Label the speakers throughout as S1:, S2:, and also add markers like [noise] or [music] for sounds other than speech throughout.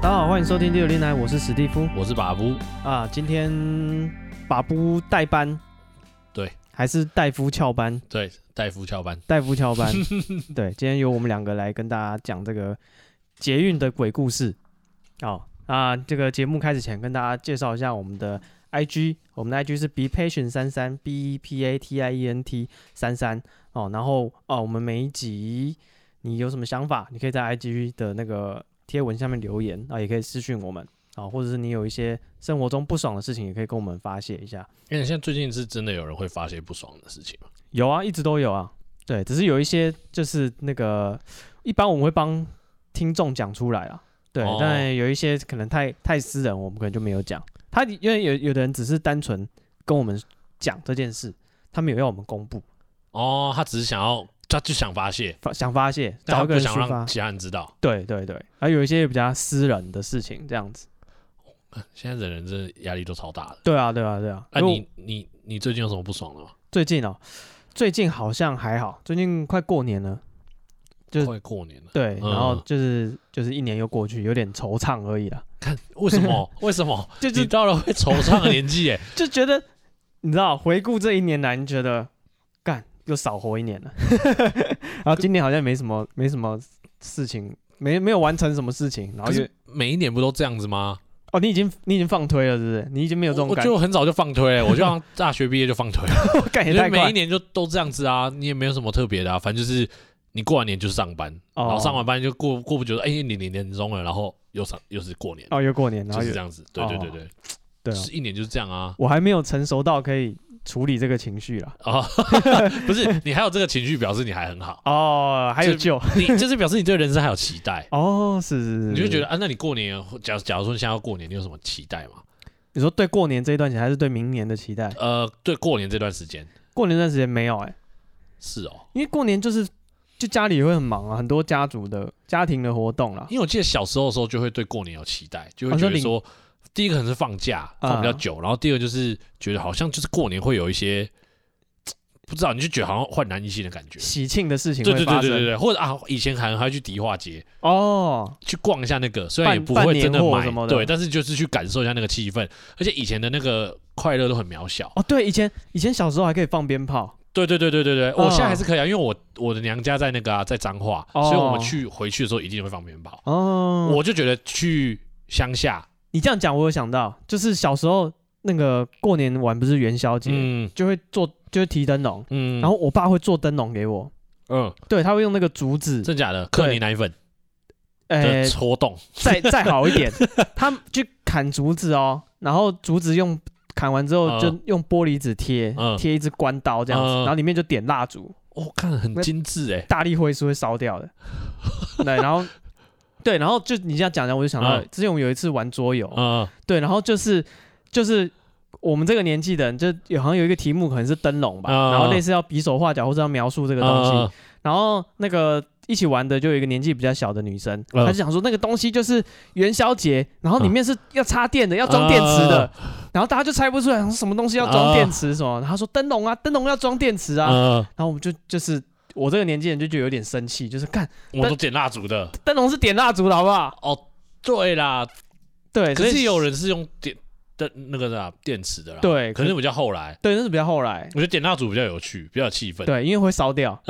S1: 大家好，欢迎收听《六零来》，我是史蒂夫
S2: 我是把布，
S1: 啊。今天把布代班，
S2: 对，
S1: 还是戴夫翘班，
S2: 对，戴夫翘班，
S1: 戴夫翘班。对，今天由我们两个来跟大家讲这个捷运的鬼故事。哦，那这个节目开始前，跟大家介绍一下我们的 IG，我们的 IG 是 be patient 三三 b e p a t i e n t 三三哦。然后哦，我们每一集你有什么想法，你可以在 IG 的那个贴文下面留言啊，也可以私讯我们啊，或者是你有一些生活中不爽的事情，也可以跟我们发泄一下。
S2: 因为现在最近是真的有人会发些不爽的事情嘛，
S1: 有啊，一直都有啊。对，只是有一些就是那个，一般我们会帮听众讲出来啊。对，
S2: 哦
S1: 但有一些可能太太私人，我们可能就没有讲。他因为有有的人只是单纯跟我们讲这件事，他没有要我们公布，
S2: 哦，他只是想要，他就想发泄，
S1: 发想发泄，
S2: 但
S1: 找
S2: 他
S1: 一个
S2: 不
S1: 人
S2: 想
S1: 抒
S2: 让
S1: 发。
S2: 其他人知道。
S1: 对对对，还有一些比较私人的事情这样子。
S2: 现在的人真的压力都超大的。
S1: 对啊，对啊，对啊。
S2: 啊
S1: 因为
S2: 你，你你最近有什么不爽的吗？
S1: 最近哦，最近好像还好，最近快过年了。就是
S2: 快过年了，
S1: 对，然后
S2: 嗯
S1: 就是、就是一年又过去，有点惆怅而已啦。
S2: 为什么？
S1: [laughs]
S2: 为什么？
S1: 就就
S2: 你到了会惆怅的年纪
S1: [laughs]
S2: 耶？
S1: 就觉得，你知道，回顾这一年来，你觉得干又少活一年
S2: [laughs]
S1: 了，然后今年好像没什么没什么事情，没没有完成什么事情，然后
S2: 可
S1: 就是
S2: 每一年不都这样子吗？
S1: 哦，你已经你已经放推了，是不是？你已经没有这种
S2: 我
S1: 感觉，
S2: 就很早就放推了，我就像大学毕业就放推了，
S1: 感觉
S2: 因为
S1: 太
S2: 每
S1: 快
S2: 一年就都这样子啊，你也没有什么特别的啊，反正就是你过完年就是上班，
S1: 哦
S2: 然后上完班就过过不久，哎，你领年终了，然后又上又是过年，
S1: 哦，又过年，然
S2: 就
S1: 后
S2: 是
S1: 又哦
S2: 这样子。对对对对，
S1: 对啊，
S2: 是一年就是这样啊。
S1: 我还没有成熟到可以处理这个情绪了。
S2: 啊， [laughs] 不是你还有这个情绪，表示你还很好，
S1: 哦，还有
S2: 就
S1: 救
S2: 你
S1: [laughs]
S2: 就是表示你对人生还有期待。
S1: 哦，是是是，
S2: 你就觉
S1: 是
S2: 得啊，那你过年，假假如说你现在要过年，你有什么期待吗？
S1: 你说对过年这一段期间还是对明年的期待？
S2: 呃，对过年这段时间
S1: 过年这段时间没有哎、
S2: 是哦，
S1: 因为过年就是就家里也会很忙啊，很多家族的家庭的活动啦。
S2: 因为我记得小时候的时候就会对过年有期待，就
S1: 哦啊
S2: 会觉
S1: 那
S2: 得
S1: 你
S2: 说，第一个可能是放假放比较久，然后第二个就是觉得好像就是过年会有一些不知道，你就觉得好像焕然一新的感觉。
S1: 喜庆的事情
S2: 对
S1: 会
S2: 对
S1: 发
S2: 对
S1: 生
S2: 对对对，或者啊，以前可能还会去迪化街，
S1: 哦，
S2: 去逛一下那个，虽然也
S1: 办
S2: 不会真
S1: 办年货
S2: 买
S1: 什么，的
S2: 对，但是就是去感受一下那个气氛，而且以前的那个快乐都很渺小。
S1: 哦，对，以前以前小时候还可以放鞭炮
S2: 对对对对对对，我
S1: 嗯
S2: 现在还是可以啊，因为我我的娘家在那个啊，在彰化，
S1: 哦
S2: 所以我们去回去的时候一定会放鞭炮。
S1: 哦。
S2: 我就觉得去乡下，
S1: 你这样讲，我有想到，就是小时候那个过年晚不是元宵节，
S2: 嗯
S1: 就会做就会提灯笼，
S2: 嗯，
S1: 然后我爸会做灯笼给我，
S2: 嗯，
S1: 对他会用那个竹子，
S2: 真假的克林奶粉
S1: 呃
S2: 的，戳洞，
S1: 再
S2: [laughs]
S1: 再好一点，他去砍竹子哦，然后竹子用。砍完之后
S2: 嗯
S1: 就用玻璃纸贴
S2: 嗯
S1: 贴一支关刀这样子，
S2: 嗯
S1: 然后里面就点蜡烛，
S2: 我哦看很精致哎，
S1: 大力灰是会烧掉
S2: [laughs]
S1: 的。对，然后对，然后就你这样讲讲，我就想到、
S2: 嗯
S1: 之前我们有一次玩桌游，
S2: 嗯
S1: 对，然后就是就是我们这个年纪的人，就有好像有一个题目可能是灯笼吧，
S2: 嗯
S1: 然后类似要比手画脚或者要描述这个东西，
S2: 嗯
S1: 然后那个。一起玩的就有一个年纪比较小的女生，
S2: 嗯
S1: 她就想说那个东西就是元宵节，然后里面是要插电的，要装电池的，
S2: 嗯啊
S1: 然后大家就猜不出来想说什么东西要装电池什么，然后她说灯笼啊，灯笼要装电池啊，
S2: 嗯，
S1: 然后我们就就是我这个年纪人就觉得有点生气，就是看
S2: 我都点蜡烛的
S1: 灯笼是点蜡烛的好不好？
S2: 哦，对啦，
S1: 对，
S2: 哎可
S1: 所
S2: 是
S1: 以
S2: 有人是用电的那个啥电池的啦，，
S1: 对，
S2: 可
S1: 是
S2: 是比较后来，
S1: 对那是比较后来，
S2: 我觉得点蜡烛比较有趣，比较有气氛，
S1: 对，因为会烧
S2: [laughs]
S1: 掉。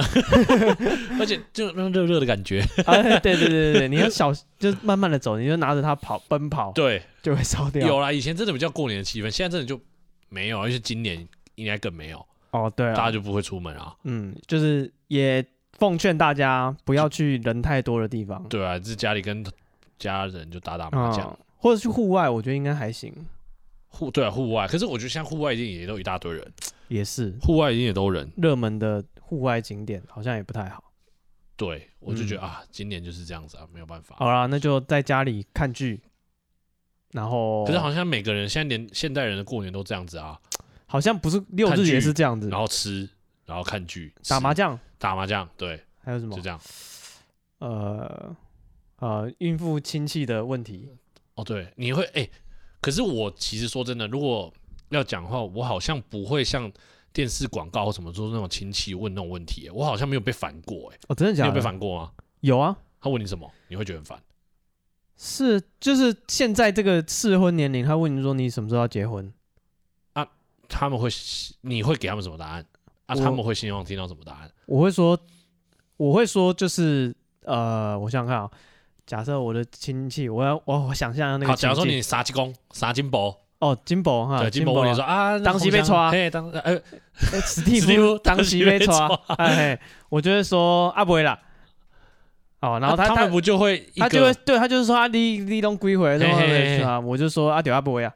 S2: 而且就那种热热的感觉，
S1: 啊，对对对对对，你要小就是慢慢的走，你就拿着它跑奔跑
S2: 对，
S1: 就会烧掉。
S2: 有啦，以前真的比较过年的气氛，现在真的就没有，而且今年应该更没有，
S1: 哦，对
S2: 大家
S1: 啊，
S2: 就不会出门啊，
S1: 嗯，就是也奉劝大家不要去人太多的地方，
S2: 对啊，就是家里跟家人就打打麻将。
S1: 嗯或者去户外，我觉得应该还行。
S2: 户对啊，户外，可是我觉得现在户外一定也都一大堆人，
S1: 也是
S2: 户外一定也都人，
S1: 热门的户外景点好像也不太好。
S2: 对我就
S1: 嗯
S2: 觉得、啊，今年就是这样子啊，没有办法。
S1: 好啦，那就在家里看剧，然后
S2: 可是好像每个人现在连现代人的过年都这样子啊，
S1: 好像不是六
S2: 看
S1: 日也
S2: 剧
S1: 是这样子
S2: 然，后吃，然后看剧，
S1: 打麻
S2: 将，
S1: 将
S2: 打麻将，对，
S1: 还有什么
S2: 就？这样。
S1: 呃呃，孕妇亲戚的问题
S2: 哦，对，你会哎、可是我其实说真的，如果要讲的话，我好像不会像电视广告或什么说那种亲戚问那种问题、我好像没有被烦过哎、
S1: 哦，真的
S2: 你
S1: 假
S2: 有被
S1: 的？
S2: 烦过吗？
S1: 有啊，
S2: 他问你什么，你会觉得很烦？
S1: 是就是现在这个适婚年龄，他问你说你什么时候要结婚？
S2: 他们会你会给他们什么答案啊？
S1: 我
S2: 他们会希望听到什么答案？
S1: 我会说，我会说就是呃，我想想看啊、假设我的亲戚，我要我我想象一下那
S2: 好，
S1: 个情境，
S2: 假如说你杀鸡公、杀金箔，
S1: 哦，金宝哈，
S2: 对金箔问你说啊，那
S1: 当时
S2: 红
S1: 被
S2: 香
S1: 抓
S2: 嘿，当呃
S1: [laughs] 哎史蒂
S2: 史蒂
S1: 夫
S2: 夫
S1: 当
S2: 当
S1: 时
S2: 时
S1: 被
S2: 被
S1: 抓
S2: 抓，
S1: 哎，我就会说啊不会啦，哦， [laughs] 然后
S2: 啊
S1: 他
S2: [laughs] 他们不就会一
S1: 他就会
S2: 个
S1: 对他就是说啊你你都归回
S2: 嘿嘿嘿
S1: 来啊，我就说啊对啊不会啊，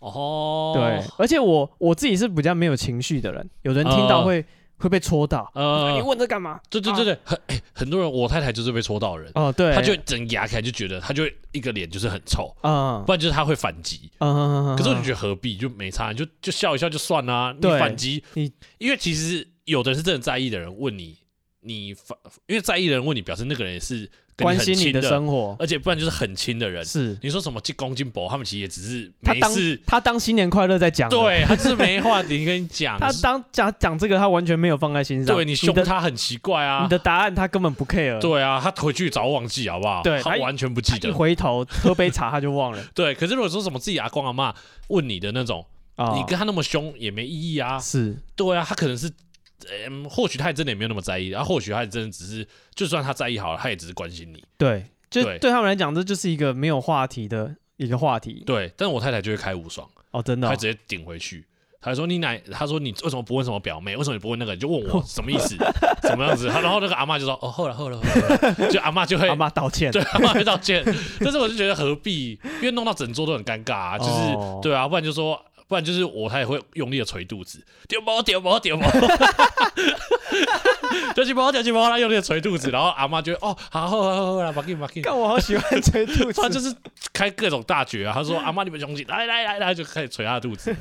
S2: 哦，
S1: 对，而且我我自己是比较没有情绪的人，有人听到
S2: 呃
S1: 会会被戳到，
S2: 呃
S1: 啊你，问这干嘛？啊
S2: 对对对对，很哎很多人，我太太就是被戳到的人，
S1: 哦对，
S2: 她就整牙开就觉得她就会一个脸就是很臭，
S1: 嗯
S2: 不然就是她会反击。
S1: 嗯嗯嗯，
S2: 可是我就觉
S1: 得
S2: 得何必就没差，你就就笑一笑就算啦、你
S1: 对
S2: 反击，
S1: 你
S2: 因为其实有的人是真的在意的人问你，你反，因为在意的人问你，表示那个人也是跟
S1: 关
S2: 很
S1: 心你
S2: 亲
S1: 的生活
S2: 而且不然就是很亲的人。
S1: 是
S2: 你说什么进攻进博，他们其实也只是
S1: 他
S2: 没
S1: 当
S2: 事，
S1: 他当新年快乐在讲，，
S2: 对，啊他就是没话你跟你讲，
S1: 他
S2: 是
S1: 当讲讲这个他完全没有放在心上，
S2: 对你凶
S1: 的
S2: 他很奇怪啊
S1: 你，的答案他根本不 care，
S2: 对啊，他回去早忘记好不好？
S1: 对
S2: 他
S1: 他一
S2: 完全不记
S1: 他一
S2: 得。
S1: 回头喝杯茶他就忘了
S2: 对，可是如果说什么自己阿公阿妈问你的那种，
S1: 啊
S2: [laughs] 你跟他那么凶也没意义啊。
S1: 是
S2: 对啊，他可能是，嗯，或许他也真的也没有那么在意，啊，或许他也真的只是，就算他在意好了，他也只是关心你。
S1: 对，就
S2: 对
S1: 对他们来讲这就是一个没有话题的一个话题
S2: 对，但我太太就会开无双，
S1: 哦，真的
S2: 她
S1: 哦
S2: 直接顶回去。她说你奶，她说你为什么不问什么表妹，为什么你不问那个？你就问
S1: [laughs]
S2: 我什么意思，什么样子？她然后那个阿嬷就说哦，后来后来后来，就阿嬷就会
S1: 阿妈道歉， [laughs]
S2: 对阿嬷会道歉。但是我就觉得何必，因为弄到整桌都很尴尬啊，就是、
S1: 哦
S2: 对啊，不然就说。不然就是我，她也会用力的捶肚子，丢毛丢毛丢毛， [laughs] 丢去毛丢去毛，她用力的捶肚子，然后阿嬷就会哦，好好好好好，马给马给，
S1: 看我好喜欢吹
S2: [laughs]
S1: 兔子
S2: 他，就是开各种大绝啊，他说阿妈你们雄起，来来来来，就开始捶他的肚
S1: [laughs]
S2: 子，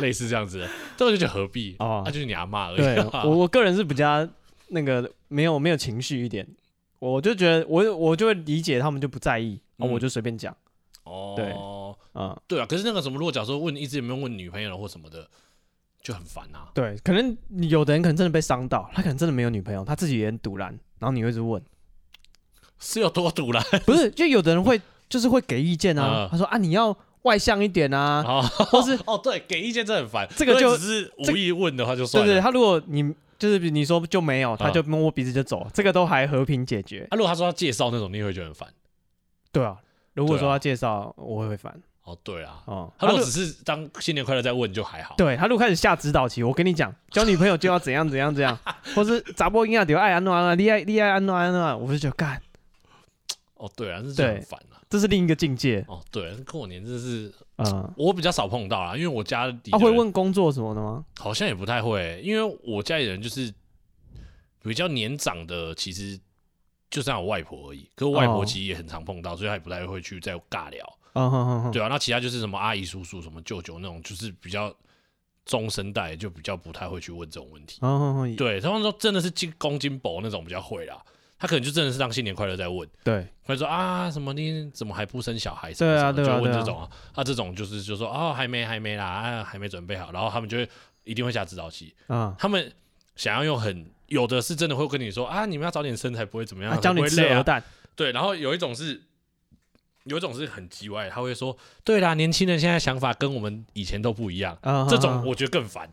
S2: 类似这样子的，这我就觉得何必？
S1: 哦
S2: 那、就是你阿妈而已、 [laughs]
S1: 对
S2: 啊。
S1: 我我个人是比较那个没有没有情绪一点，我就觉得我我就会理解他们就不在意，啊
S2: 嗯
S1: 我就随便讲
S2: 哦，
S1: 啊，
S2: 对啊，可是那个什么，如果假如说问一直有没有问女朋友或什么的，就很烦啊。
S1: 对，可能有的人可能真的被伤到，他可能真的没有女朋友，他自己也很堵然，然后你会一直
S2: [laughs]
S1: 问，
S2: 是有多堵了
S1: [laughs] 不是，就有的人会就是会给意见啊
S2: 嗯，
S1: 他说啊你要外向一点
S2: [laughs]
S1: 啊，
S2: 啊？
S1: 或是
S2: 哦，对，给意见真的很烦。
S1: 这个就
S2: 如果只是无意问的话就
S1: 对
S2: 算了。
S1: 对，他如果你就是比你说就没有，他就摸摸鼻子就走，这个都还和平解决。
S2: 啊，如果他说要介绍那种，你也会觉得很烦。
S1: 对啊，如果
S2: 对啊
S1: 说要介绍，我会会烦
S2: 哦，对啊，
S1: 哦。
S2: 他如
S1: 如
S2: 果只是当新年快乐在问就还好。
S1: 对他如果开始下指导棋，我跟你讲，交女朋友就要怎样怎样怎样，或是砸波音亚丢爱安诺安诺，厉害厉害安诺安诺，我就觉得干，
S2: 哦，对啊，那就很烦啊。
S1: 这是另一个境界。
S2: 哦，对，过年真的是
S1: 嗯，
S2: 我比较少碰到啦，因为我家里
S1: 他
S2: 的
S1: 哦会
S2: 人
S1: 问工作什么的吗？
S2: 好像也不太会，因为我家里人就是比较年长的，其实就算我外婆而已。可我外
S1: 哦
S2: 婆其实也很常碰到，所以她也不太会去再尬聊。
S1: 嗯哼哼哼，
S2: 对啊，那其他就是什么阿姨、叔叔、什么舅舅那种，就是比较中生代，就比较不太会去问这种问题。
S1: 嗯哼哼，
S2: 对，他们说真的是金公金箔那种比较会啦，他可能就真的是当新年快乐在问，
S1: 对
S2: 他说啊什么你怎么还不生小孩？什么
S1: 对啊
S2: 什么
S1: 对啊
S2: 就问
S1: 对啊
S2: 这种啊，啊这种就是就说哦还没还没啦，啊还没准备好，然后他们就会一定会下指导棋，
S1: 啊，
S2: 他们想要用很有的是真的会跟你说啊你们要早点生才不会怎么样，
S1: 他教你
S2: 才不会
S1: 吃
S2: 累
S1: 鹅
S2: 啊，
S1: 蛋，
S2: 对，然后有一种是。有一种是很叽歪的，他会说：“对啦，年轻人现在想法跟我们以前都不一样。”
S1: 嗯哼
S2: 这
S1: 哼
S2: 种
S1: 哼
S2: 我觉得更烦，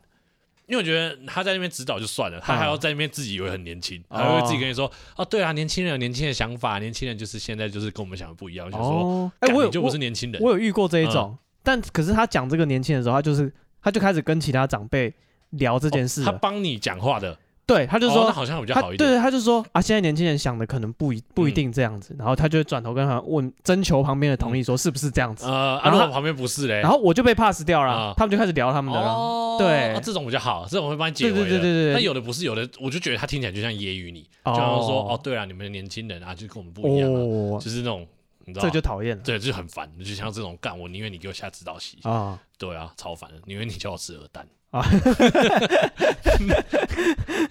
S2: 因为我觉得他在那边指导就算
S1: 啊
S2: 了，他还要在那边自己以为很年轻，
S1: 哦
S2: 还会自己跟你说：“哦，对啊，年轻人有年轻的想法，年轻人就是现在就是跟我们想的不一样。”就说：“
S1: 哦，哎、
S2: 哎，
S1: 我
S2: 我
S1: 有
S2: 就不是年轻人
S1: 我，我有遇过这一
S2: 嗯
S1: 种，但可是他讲这个年轻的时候，他就是他就开始跟其他长辈聊这件事啊
S2: 哦他
S1: 了，
S2: 帮你讲话的，
S1: 对，他就
S2: 哦
S1: 说、
S2: 那好像比较
S1: 他
S2: 好一
S1: 对
S2: 点。
S1: 对，他就说啊，现在年轻人想的可能不一不一定这样子，然后他就转头跟他问征求旁边的同意，说是不是这样子，
S2: 呃，啊，
S1: 然
S2: 如
S1: 后
S2: 果旁边不是嘞
S1: 然，后我就被 pass 掉了，
S2: 啊
S1: 他们就开始聊他们的了，
S2: 哦
S1: 对
S2: 啊这种比较好，这种会帮你解围的。
S1: 对对对对对
S2: 但有的不是，有的我就觉得他听起来就像揶揄你，就像说：“哦，对啊，你们的年轻人啊，就跟我们不一样啊，
S1: 哦，
S2: 就是那种你知道啊
S1: 这
S2: 吗
S1: 就讨厌了
S2: 对，就很烦，就像这种干，我宁愿你给我下指导棋。”
S1: 啊。
S2: 对啊，超烦的，因为你叫我吃鹅蛋
S1: 啊
S2: 啊，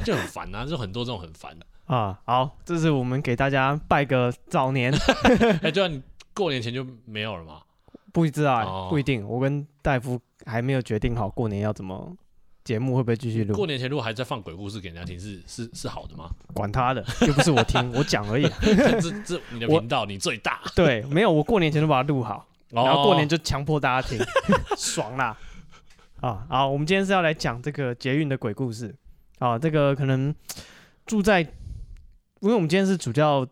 S2: 就很烦啊，就很多这种很烦的、
S1: 啊，好，这是我们给大家拜个早年，
S2: 哎、对啊，你过年前就没有了嘛？
S1: 不知道、欸
S2: 哦
S1: 不一定，我跟戴夫还没有决定好过年要怎么节目会不会继续录
S2: 过？年前如果还在放鬼故事给人家听，是是是好的吗？ [laughs]
S1: 管他的，又不是我听，我讲而已。
S2: 这这你的
S1: 我
S2: 频道你最大，哦
S1: 对，没有，我过年前就把它录好，然后过年
S2: 就
S1: 就强迫大家听， [laughs] 爽啦！啊，好，我们今天是要来讲这个捷运的鬼故事啊。这个可能住在，因为我们今天是主教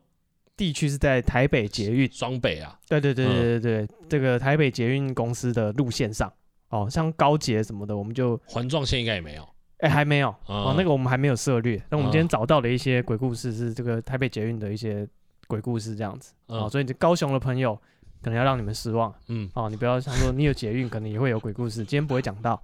S1: 地区是在台北捷运，
S2: 双北啊，
S1: 对对对对对对，这个台北捷运公司的路线上哦，像高捷什么的，我们就
S2: 环状线应该也没有。
S1: 哎还没有哦
S2: 嗯，
S1: 那个我们还没有涉猎。那我们今天
S2: 嗯
S1: 找到的一些鬼故事是这个台北捷运的一些鬼故事这样子哦，
S2: 嗯
S1: 所以你高雄的朋友可能要让你们失望。
S2: 嗯，
S1: 哦，你不要想说你有捷运，可能也会有鬼故事，今天不会讲到。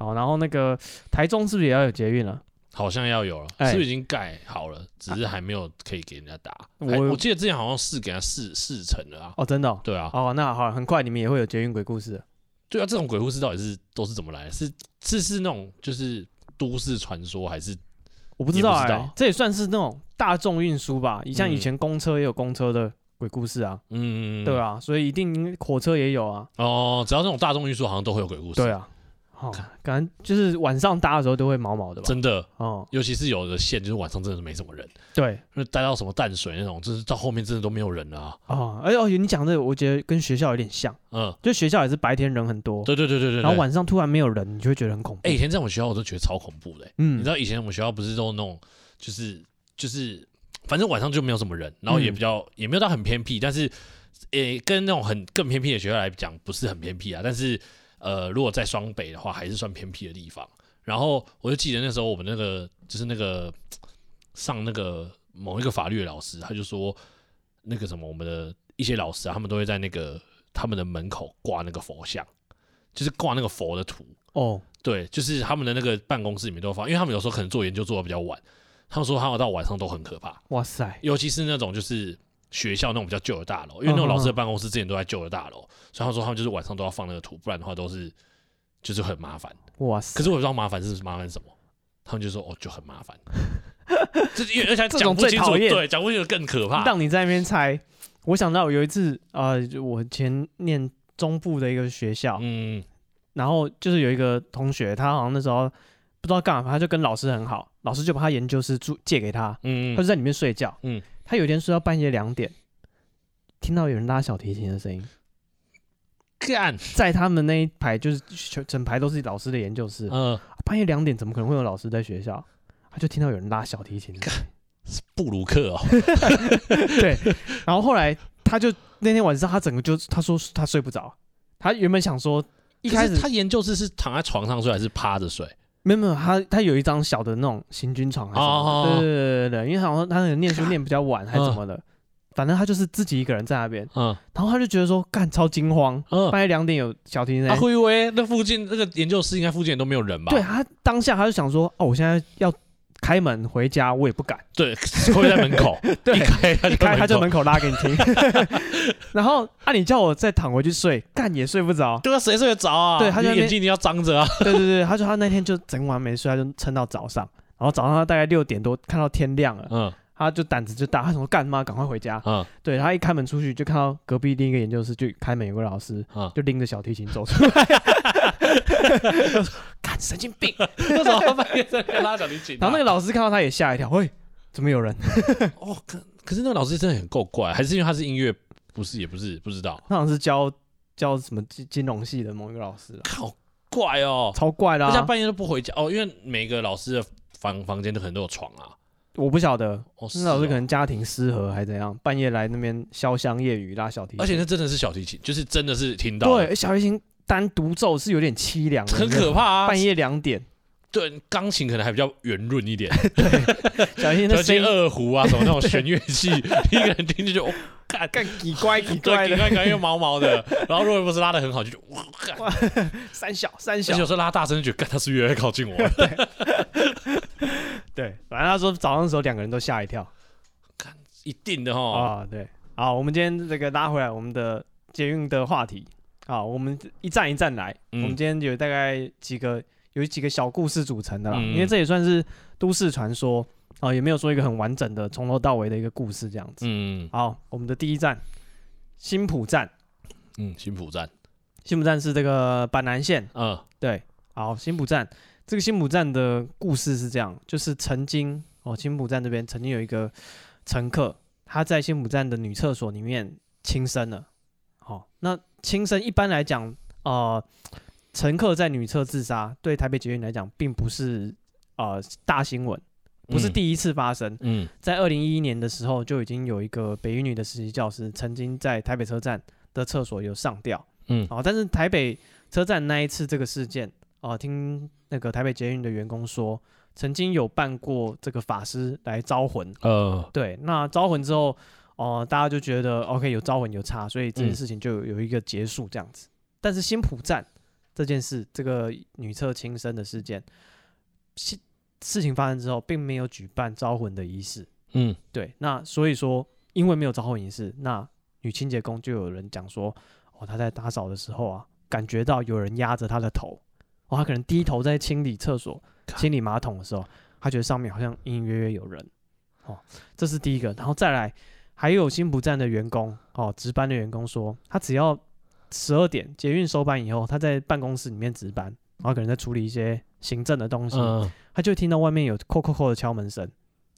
S1: 哦，然后那个台中是不是也要有捷运了？
S2: 好像要有了，
S1: 哎
S2: 是不是已经盖好了？只是还没有可以给人家打。
S1: 我
S2: 还我记得之前好像试给他试试成了啊。
S1: 哦，真的哦。
S2: 对啊，
S1: 哦，那好，很快你们也会有捷运鬼故事了。
S2: 对啊，这种鬼故事到底是都是怎么来的？是是是那种就是都市传说，还是
S1: 我不知道
S2: 也不
S1: 哎、
S2: 知道
S1: 这也算是那种大众运输吧。像以前公车也有公车的鬼故事啊，
S2: 嗯
S1: 对啊，所以一定火车也有啊，
S2: 哦，只要这种大众运输好像都会有鬼故事。
S1: 对，啊。哦，感觉就是晚上搭的时候都会毛毛的吧？
S2: 真的，
S1: 哦，
S2: 尤其是有的线就是晚上真的是没什么人，
S1: 对
S2: 就是待到什么淡水那种，就是到后面真的都没有人了啊。
S1: 哦，哎哦，你讲这个，我觉得跟学校有点像，
S2: 嗯，
S1: 就学校也是白天人很多，
S2: 对对对对对对。
S1: 然后晚上突然没有人，你就会觉得很恐怖。
S2: 哎、以前在我们学校我都觉得超恐怖的欸、
S1: 嗯，
S2: 你知道以前我们学校不是都那种，就是就是，反正晚上就没有什么人，然后也
S1: 嗯
S2: 比较、也没有到很偏僻，但是，诶、跟那种很更偏僻的学校来讲，不是很偏僻啊。但是，呃，如果在双北的话，还是算偏僻的地方。然后我就记得那时候我们那个就是那个上那个某一个法律的老师，他就说那个什么我们的一些老师啊，他们都会在那个他们的门口挂那个佛像，就是挂那个佛的图。
S1: 哦，
S2: 对，就是他们的那个办公室里面都放，因为他们有时候可能做研究做的比较晚，他们说他们到晚上都很可怕，
S1: 哇塞，
S2: 尤其是那种就是学校那种比较旧的大楼，因为那种老
S1: 嗯
S2: 师的办公室之前都在旧的大楼，所以他们说他们就是晚上都要放那个图，不然的话都是就是很麻烦。
S1: 哇塞！
S2: 可是我也不知道麻烦是麻烦什么，他们就说哦就很麻烦， [laughs] 这因为而且还
S1: 这
S2: 讲
S1: 种
S2: 不
S1: 最
S2: 清楚，
S1: 讨厌
S2: 对，讲不清楚更可怕。
S1: 让你在那边猜，我想到有一次啊、呃就我前念中部的一个学校，
S2: 嗯
S1: 然后就是有一个同学，他好像那时候不知道干嘛，他就跟老师很好，老师就把他研究室住借给他，他就
S2: 嗯，
S1: 在里面睡觉。
S2: 嗯，
S1: 他有一天睡到半夜两点，听到有人拉小提琴的声音，
S2: 干，
S1: 在他们那一排就是全整排都是老师的研究室，啊
S2: 嗯，
S1: 半夜两点怎么可能会有老师在学校？他就听到有人拉小提琴的声音，
S2: 是布鲁克哦， [laughs]
S1: 对，然后后来他就那天晚上，他整个就他说他睡不着，他原本想说一开
S2: 可
S1: 始
S2: 是他研究室是躺在床上睡还是趴着睡？
S1: 没有没有，他他有一张小的那种行军床还是什么的，
S2: 哦
S1: 对对对对对，因为好像他可能
S2: [laughs]
S1: 念书念比较晚还是怎么的，反正他就是自己一个人在那边，
S2: 嗯
S1: 然后他就觉得说干超惊慌，
S2: 嗯，
S1: [laughs] 半夜两点有小提琴在
S2: 啊，会以为那附近那个研究室应该附近都没有人吧？
S1: 对他当下他就想说哦，我现在要开门回家，我也不敢。
S2: [laughs] 对，会在门口，
S1: [laughs] 对
S2: 一开他
S1: 一开他就
S2: 口
S1: 门口拉给你
S2: [laughs]
S1: 听， [laughs] 然后啊你叫我再躺回去睡，干也睡不
S2: [laughs]
S1: 着。
S2: 对啊，谁睡得着啊？
S1: 对他就在那
S2: 你
S1: 边
S2: 眼睛一定要张着啊。 [laughs]
S1: 对对对，他说他那天就整晚没睡，他就撑到早上，然后早上他大概六点多看到天亮了，
S2: 嗯
S1: 他就胆子就大，他想说干妈赶快回家。 [laughs]
S2: 嗯
S1: 对，他一开门出去就看到隔壁另一个研究室就开门有个老师，
S2: 嗯，
S1: 就拎着小提琴走出来， [laughs] 他说干神经病。
S2: 为什么半夜在那边拉小提琴啊？
S1: 然后那个老师看到他也吓一跳，喂，怎么有人？
S2: 哦，可可是那个老师真的很够怪，还是因为他是音乐，不是也不是不知道，
S1: 他好像是教教什么金金融系的某一个老师啊，
S2: 好怪哦，
S1: 超怪啊啦、
S2: 而且他半夜都不回家哦，因为每个老师的房房间都可能都有床啊。
S1: 我不晓得，
S2: 哦，是
S1: 那老师
S2: 哦
S1: 可能家庭失和还怎样，半夜来那边潇湘夜雨拉小提琴，
S2: 而且那真的是小提琴，就是真的是听到了，
S1: 对小提琴单独奏是有点凄凉的，
S2: 很
S1: 你知道
S2: 可怕啊。
S1: 吗半夜两点，
S2: 对钢琴可能还比较圆润一点，
S1: 小提琴
S2: 尤
S1: 的
S2: 其
S1: 声音
S2: 二胡啊什么那种弦乐 [laughs] 器，一个人听就觉得哦，干
S1: 更奇怪奇
S2: 对，
S1: 怪
S2: 感
S1: 的，
S2: 觉感觉毛毛的。然后如果不是拉的很 [laughs] 好，就觉得哇，干而
S1: 三小三
S2: 且
S1: 小
S2: 有，时候拉大声就觉得，干他是不是越来越靠近我 [laughs] 了。
S1: 对，反正他说早上的时候两个人都吓一跳
S2: 一定的哈，
S1: 啊，对，好，我们今天这个拉回来我们的捷运的话题啊，我们一站一站来，我
S2: 嗯
S1: 们今天有大概几个有几个小故事组成的啦，
S2: 嗯
S1: 因为这也算是都市传说啊，也没有说一个很完整的从头到尾的一个故事这样子。
S2: 嗯
S1: 好，我们的第一站新浦站，
S2: 嗯，新浦站，
S1: 新浦站是这个板南线，
S2: 嗯
S1: 对，好，新浦站这个新浦站的故事是这样，就是曾经哦，新浦站这边曾经有一个乘客，他在新浦站的女厕所里面轻生了。哦，那轻生一般来讲，呃，乘客在女厕自杀，对台北捷运来讲，并不是呃大新闻，不是
S2: 嗯
S1: 第一次发生。
S2: 嗯
S1: 在二零一一年的时候，就已经有一个北一女的实习教师曾经在台北车站的厕所有上吊。
S2: 嗯
S1: 哦，但是台北车站那一次这个事件，哦、听那个台北捷运的员工说，曾经有办过这个法师来招魂。
S2: 呃
S1: 对，那招魂之后，哦、大家就觉得 OK 有招魂有差，所以这件事情就有有一个结束这样子。但是新浦站这件事，这个女厕轻生的事件，事事情发生之后，并没有举办招魂的仪式。
S2: 嗯
S1: 对，那所以说，因为没有招后仪式，那女清洁工就有人讲说，哦，她在打扫的时候啊，感觉到有人压着她的头，哦，她可能低头在清理厕所、清理马桶的时候，她觉得上面好像隐隐约约有人，哦，这是第一个，然后再来，还有新浦站的员工，哦，值班的员工说，他只要十二点捷运收班以后，他在办公室里面值班，然后可能在处理一些行政的东西，
S2: 嗯
S1: 他就听到外面有扣扣扣的敲门声，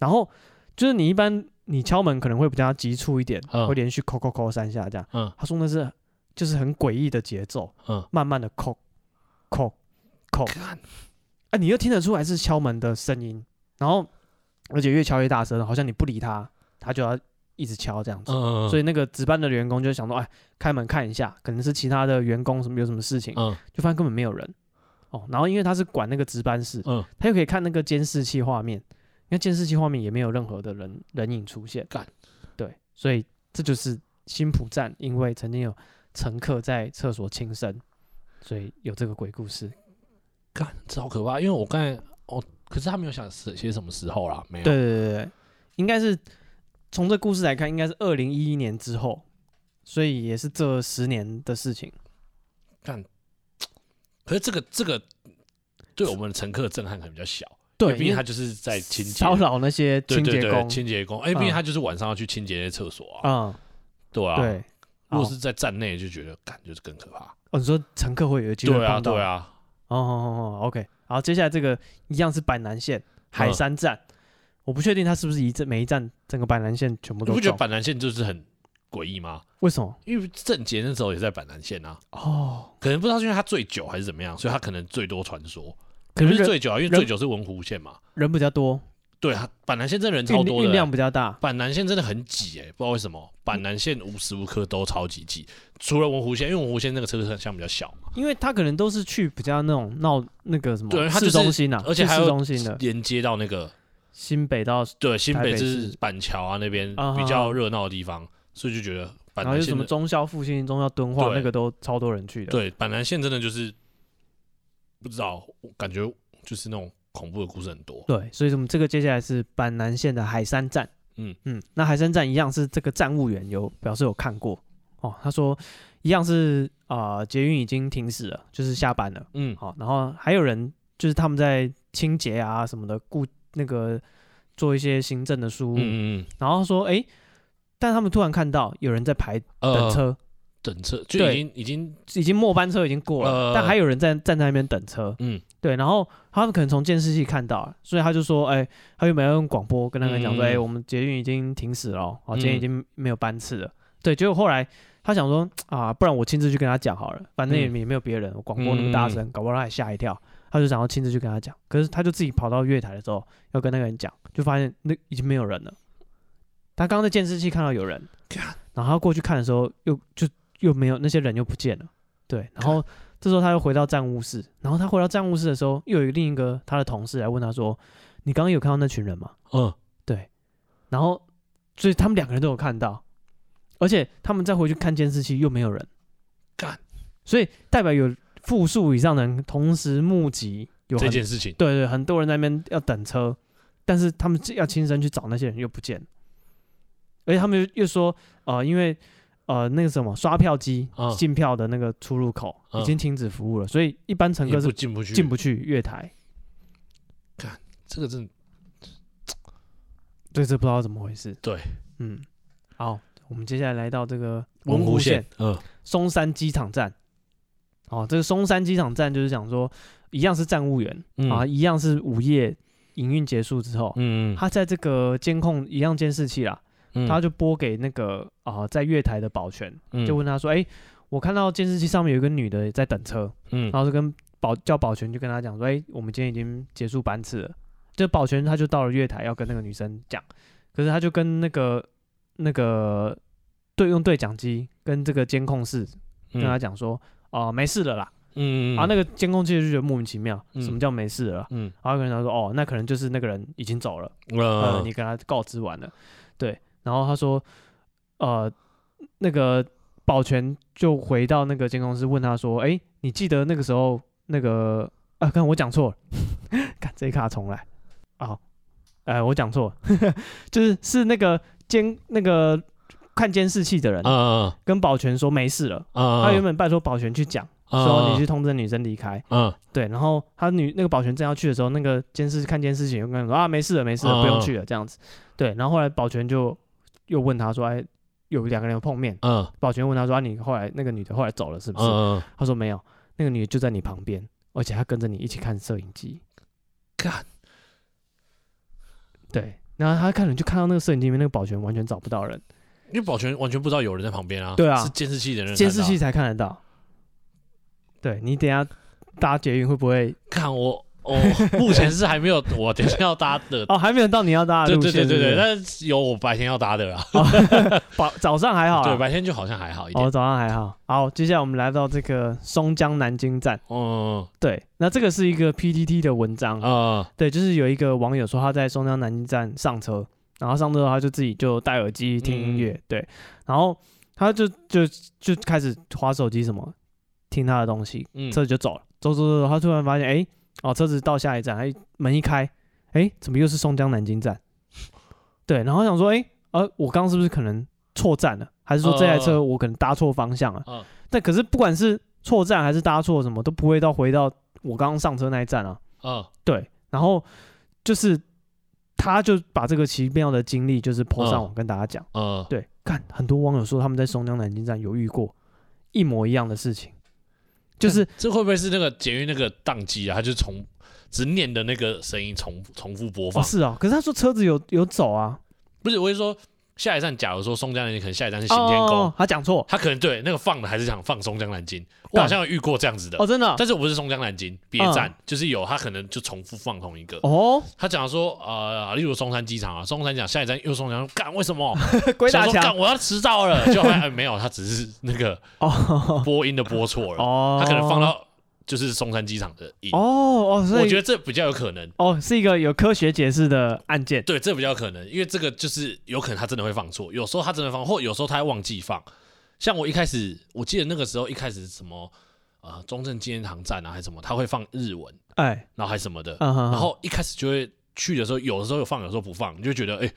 S1: 然后就是你一般你敲门可能会比较急促一点，
S2: 嗯
S1: 会连续扣扣扣三下这样。
S2: 嗯
S1: 他说那是就是很诡异的节奏，
S2: 嗯，
S1: 慢慢的扣扣扣，
S2: 干
S1: 啊，你又听得出来是敲门的声音，然后而且越敲越大声，好像你不理他，他就要一直敲这样子。
S2: 嗯，
S1: 所
S2: 以
S1: 以那个值班的员工就想说，哎，开门看一下，可能是其他的员工什么有什么事情，
S2: 嗯
S1: 就发现根本没有人。哦，然后因为他是管那个值班室，
S2: 嗯
S1: 他又可以看那个监视器画面，因为监视器画面也没有任何的人人影出现。
S2: 干，
S1: 对，所以这就是新浦站，因为曾经有乘客在厕所轻生，所以有这个鬼故事。
S2: 干，这好可怕，因为我刚才哦，可是他没有想是写什么时候啦，没有，
S1: 对对对对，应该是从这故事来看，应该是二零一一年之后，所以也是这十年的事情。
S2: 可是这个这个对我们的乘客震撼可能比较小，因
S1: 对，
S2: 为毕竟
S1: 因为
S2: 他就是在清洁
S1: 骚扰那些
S2: 对
S1: 清
S2: 对
S1: 洁
S2: 对
S1: 工。
S2: 清洁工，哎，毕竟
S1: 嗯
S2: 他就是晚上要去清洁厕所啊，
S1: 嗯，
S2: 对啊，
S1: 对。
S2: 如果
S1: 哦
S2: 是在站内就觉得感觉是更可怕，
S1: 哦，你说乘客会有机会
S2: 对啊
S1: 碰到
S2: 对啊，
S1: 哦哦哦哦，OK。好，接下来这个一样是板南线海
S2: 嗯
S1: 山站，我不确定它是不是一站每一站整个板南线全部
S2: 你
S1: 都
S2: 不觉得
S1: 撞？
S2: 板南线就是很诡异吗？
S1: 为什么？
S2: 因为郑杰那时候也在板南线啊，
S1: 哦，
S2: 可能不知道是因为他醉酒还是怎么样，所以他可能最多传说，
S1: 可
S2: 可
S1: 能
S2: 是
S1: 人
S2: 醉酒啊，因为
S1: 人
S2: 醉酒是文湖线嘛，
S1: 人比较多，
S2: 对啊，板南线真的人超
S1: 运
S2: 多
S1: 运
S2: 的、
S1: 量比较大。
S2: 板南线真的很挤哎、不知道为什么，板南线无时无刻都超级挤，除了文湖线，因为文湖线那个车厢比较小嘛，
S1: 因为他可能都是去比较那种闹那个什么
S2: 对他就
S1: 市
S2: 是
S1: 中心啊，
S2: 而且
S1: 去
S2: 还
S1: 市
S2: 有
S1: 中心的
S2: 连接到那个
S1: 新北到，
S2: 对新
S1: 台
S2: 北
S1: 北
S2: 至
S1: 市
S2: 板桥啊那边
S1: 啊哈
S2: 比较热闹的地方，所以就觉得板
S1: 然后
S2: 南
S1: 有什
S2: 线
S1: 么
S2: 的
S1: 中校复兴、中校敦化
S2: 对
S1: 那个都超多人去的。
S2: 对板南线真的就是不知道，我感觉就是那种恐怖的故事很多，
S1: 对，所以我们这个接下来是板南线的海山站。
S2: 嗯
S1: 嗯，那海山站一样是这个站务员有表示有看过哦，他说一样是啊、呃捷运已经停驶了，就是下班了。
S2: 嗯
S1: 好、然后还有人就是他们在清洁啊什么的，顾那个做一些行政的事务，
S2: 嗯嗯嗯，
S1: 然后说诶，但他们突然看到有人在排等
S2: 呃
S1: 车，
S2: 等车就
S1: 对
S2: 已经已经
S1: 已经末班车已经过了，
S2: 呃
S1: 但还有人在站在那边等车。
S2: 嗯，
S1: 对，然后他们可能从监视器看到了，所以他就说，哎、他原本要用广播跟他们讲说，
S2: 嗯
S1: 哎、我们捷运已经停驶了哦，哦，
S2: 嗯
S1: 今天已经没有班次了。对，结果后来他想说啊，不然我亲自去跟他讲好了，反正也
S2: 嗯
S1: 也没有别人，我广播那么大声，搞不好他也吓一跳，他就想要亲自去跟他讲。可是他就自己跑到月台的时候要跟那个人讲，就发现那已经没有人了。他刚刚在监视器看到有人，然后他过去看的时候，又就又没有那些人又不见了，对，然后这时候他又回到站务室，然后他回到站务室的时候，又有另一个他的同事来问他说：“你刚刚有看到那群人吗
S2: 嗯？”
S1: 然后，所以他们两个人都有看到，而且他们再回去看监视器又没有人，
S2: 干，
S1: 所以代表有复数以上的人同时目击有
S2: 这
S1: 很
S2: 件事情。
S1: 对对，很多人在那边要等车，但是他们要亲身去找那些人又不见了，而且他们又又说，呃，因为呃那个什么刷票机
S2: 嗯
S1: 进票的那个出入口已
S2: 嗯
S1: 经停止服务了，所以一般乘
S2: 也
S1: 客
S2: 不
S1: 是
S2: 进不去，
S1: 进不去月台，
S2: 这个真的
S1: 对，这不知道怎么回事。
S2: 对，
S1: 嗯，好，我们接下来来到这个
S2: 文湖
S1: 湖
S2: 线，嗯
S1: 松山机场站。哦，这个松山机场站就是讲说，一样是站务员、
S2: 嗯
S1: 啊，一样是午夜营运结束之后，
S2: 嗯，
S1: 他在这个监控一样监视器啦，
S2: 嗯
S1: 他就拨给那个啊、在月台的保全，
S2: 嗯
S1: 就问他说：“哎、我看到监视器上面有一个女的在等车。”
S2: 嗯
S1: 然后就跟保叫保全就跟他讲说：“哎、我们今天已经结束班次了。”就保全他就到了月台要跟那个女生讲，可是他就跟那个那个对用对讲机跟这个监控室跟他讲说：“哦、没事了啦。”
S2: 嗯
S1: 啊，那个监控器就觉得莫名其妙，
S2: 嗯
S1: 什么叫没事了啦？
S2: 嗯
S1: 然后跟他说：“哦，那可能就是那个人已经走了。”呃，
S2: 呃
S1: 你跟他告知完了，对，然后他说，呃，那个保全就回到那个监控室问他说，哎、你记得那个时候那个啊，看我讲错了， [laughs] 看这一卡重来，哦，呃，我讲错了， [laughs] 就是是那个监那个看监视器的人、
S2: 啊
S1: 跟保全说没事了，
S2: 啊，
S1: 他原本拜托保全去讲，说你去通知女生离开，
S2: 嗯
S1: 对，然后他女那个保全正要去的时候，那个监视看监视器就跟他说啊，没事了，没事了，不
S2: 嗯
S1: 用去了这样子。对，然后后来保全就又问他说，哎，有两个人有碰面，
S2: 嗯
S1: 保全问他说，啊，你后来那个女的后来走了是不是？
S2: 嗯，
S1: 他说没有，那个女的就在你旁边，而且她跟着你一起看摄影机。
S2: 干，
S1: 对，然后他看了就看到那个摄影机里面那个保全完全找不到人，
S2: 因为保全完全不知道有人在旁边啊，是监视器的人，
S1: 监视器才看得到。对你等一下搭捷运会不会？
S2: 看我，我目前是还没有，我等一下要搭
S1: [laughs]
S2: 的，
S1: 哦，还没有到你要搭的
S2: 对
S1: 路
S2: 对
S1: 线。
S2: 对
S1: 是不
S2: 对对，
S1: 是
S2: 但是有我白天要搭的啊，
S1: [laughs] 早早上还好啦，
S2: [laughs] 对，白天就好像还好一
S1: 哦，
S2: 点，
S1: 早上还好。好，接下来我们来到这个松江南京站。
S2: 嗯
S1: 对，那这个是一个 PTT 的文章，
S2: 啊
S1: 对，就是有一个网友说他在松江南京站上车，然后上车他就自己就戴耳机听音乐，
S2: 嗯
S1: 对，然后他就就就开始划手机什么，听他的东西，
S2: 嗯，
S1: 车子就走了，走走走，他突然发现，哎、哦，车子到下一站，哎，门一开，哎、怎么又是松江南京站？对，然后想说，哎、呃，我刚刚是不是可能错站了，还是说这台
S2: 嗯嗯
S1: 车我可能搭错方向了？
S2: 嗯
S1: 但可是不管是错站还是搭错什么，都不会到回到我刚刚上车那一站啊。
S2: 嗯
S1: 对，然后就是他就把这个奇妙的经历就是抛上网跟大家讲。
S2: 嗯，
S1: 对，看很多网友说他们在松江南京站有遇过一模一样的事情，就是
S2: 这会不会是那个捷运那个宕机啊？他就重只念的那个声音重重复播
S1: 哦
S2: 放，
S1: 是哦，可是他说车子有有走啊，
S2: 不是，我是说下一站，假如说松江南京，可能下一站是行天宫，
S1: 哦，他讲错
S2: 他可能对那个放的还是想放松江南京，我好像有遇过这样子的，
S1: 嗯哦，真的
S2: 但是我不是松江南京别站，就是有他可能就重复放同一个。 [laughs]
S1: 哦，
S2: 他讲说，呃，例如松山机场啊，松山讲下一站又松江，干为什么？
S1: 鬼
S2: 想
S1: 打
S2: 说干
S1: 墙
S2: 我要迟到了，
S1: [laughs]
S2: 就还、哎没有，他只是那个
S1: 哦 [laughs]
S2: 播音的播错了，
S1: 哦，
S2: 他可能放到就是松山机场的音。
S1: 哦哦，所以
S2: 我觉得这比较有可能，
S1: 哦是一个有科学解释的案件
S2: 对，这比较有可能，因为这个就是有可能他真的会放错，有时候他真的放，或有时候他会忘记放。像我一开始，我记得那个时候一开始什么啊、呃中正纪念堂站啊，还是什么，他会放日文，
S1: 哎，
S2: 然后还什么的，
S1: 嗯哼，
S2: 然
S1: 然
S2: 后一开始就会去的时候，有的时候有放，有时候不放，你就觉得哎、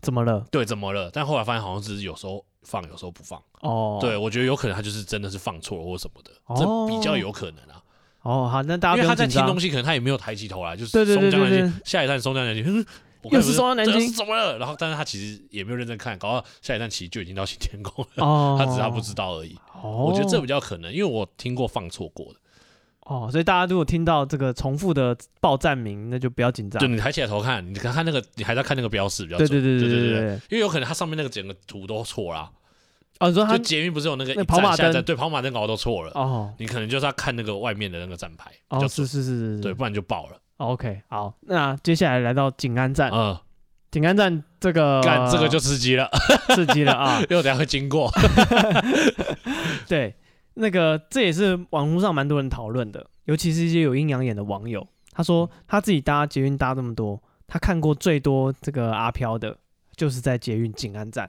S1: 怎么了？
S2: 对，怎么了？但后来发现好像只是有时候放，有时候不放。
S1: 哦，
S2: 对，我觉得有可能他就是真的是放错了或什么的，
S1: 哦
S2: 这比较有可能啊，
S1: 哦好，那大家
S2: 因
S1: 不
S2: 为他
S1: 用
S2: 在
S1: 紧
S2: 听
S1: 张
S2: 东，西，可能他也没有抬起头来，就是
S1: 对对对
S2: 松江南
S1: 对对
S2: 京下一站松江南京。哼我
S1: 又
S2: 刚才
S1: 是
S2: 不
S1: 松江南
S2: 这
S1: 京
S2: 是怎么了？然后，但是他其实也没有认真看，搞到下一站其实就已经到新天宫了，
S1: 哦，
S2: 他只是他不知道而已。
S1: 哦，
S2: 我觉得这比较可能，因为我听过放错过的，
S1: 哦，所以大家如果听到这个重复的报站名，那就不要紧张
S2: 就，你抬起来头看，你看看那个，你还在看那个标识比较
S1: 对
S2: 准。
S1: 对对
S2: 对
S1: 对
S2: 对
S1: 对，
S2: 因为有可能它上面那个整个图都错啦，
S1: 哦，你说他
S2: 就捷运不是有那个
S1: 那
S2: 一
S1: 跑
S2: 站
S1: 马
S2: 下一
S1: 灯
S2: 站对跑马灯搞都错了，
S1: 哦
S2: 你可能就是要看那个外面的那个站牌，比
S1: 哦
S2: 较
S1: 是
S2: 准，
S1: 是是是，是
S2: 对，不然就爆了。
S1: 哦，OK，好，那接下来来到景安站，
S2: 嗯，
S1: 景安站这个
S2: 干这个就刺 [laughs] 激了，
S1: [laughs] 刺激了啊，
S2: 因为我等一下会经过。
S1: 对，那个这也是网络上蛮多人讨论的，尤其是一些有阴阳眼的网友，他说
S2: 嗯
S1: 他自己搭捷运搭这么多，他看过最多这个阿飘的，就是在捷运景安站。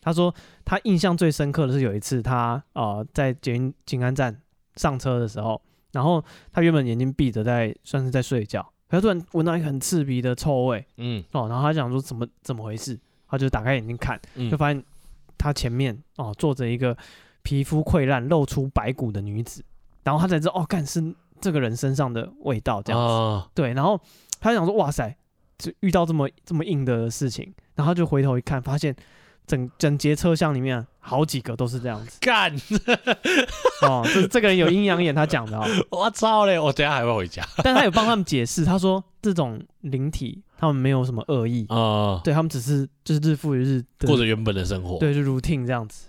S1: 他说他印象最深刻的是有一次他呃在捷运景安站上车的时候，然后他原本眼睛闭着在算是在睡觉，可他突然闻到一个很刺鼻的臭味
S2: 嗯
S1: 哦，然后他想说怎么怎么回事，他就打开眼睛看。就
S2: 嗯
S1: 发现他前面哦坐着一个皮肤溃烂、露出白骨的女子，然后他才知道哦，干是这个人身上的味道这样子。
S2: 啊，
S1: 对，然后他想说哇塞，就遇到这么这么硬的事情，然后他就回头一看，发现整整节车厢里面啊好几个都是这样子 [laughs]
S2: 干，
S1: 哦。这这个人有阴阳眼，他讲
S2: [laughs]
S1: 的哦，
S2: 我操嘞！我等一下还会回家
S1: 但他有帮他们解释，他说这种灵体他们没有什么恶意，
S2: 啊，
S1: 对他们只是就是日复一日的
S2: 过着原本的生活。
S1: 对，就 routine 这样子。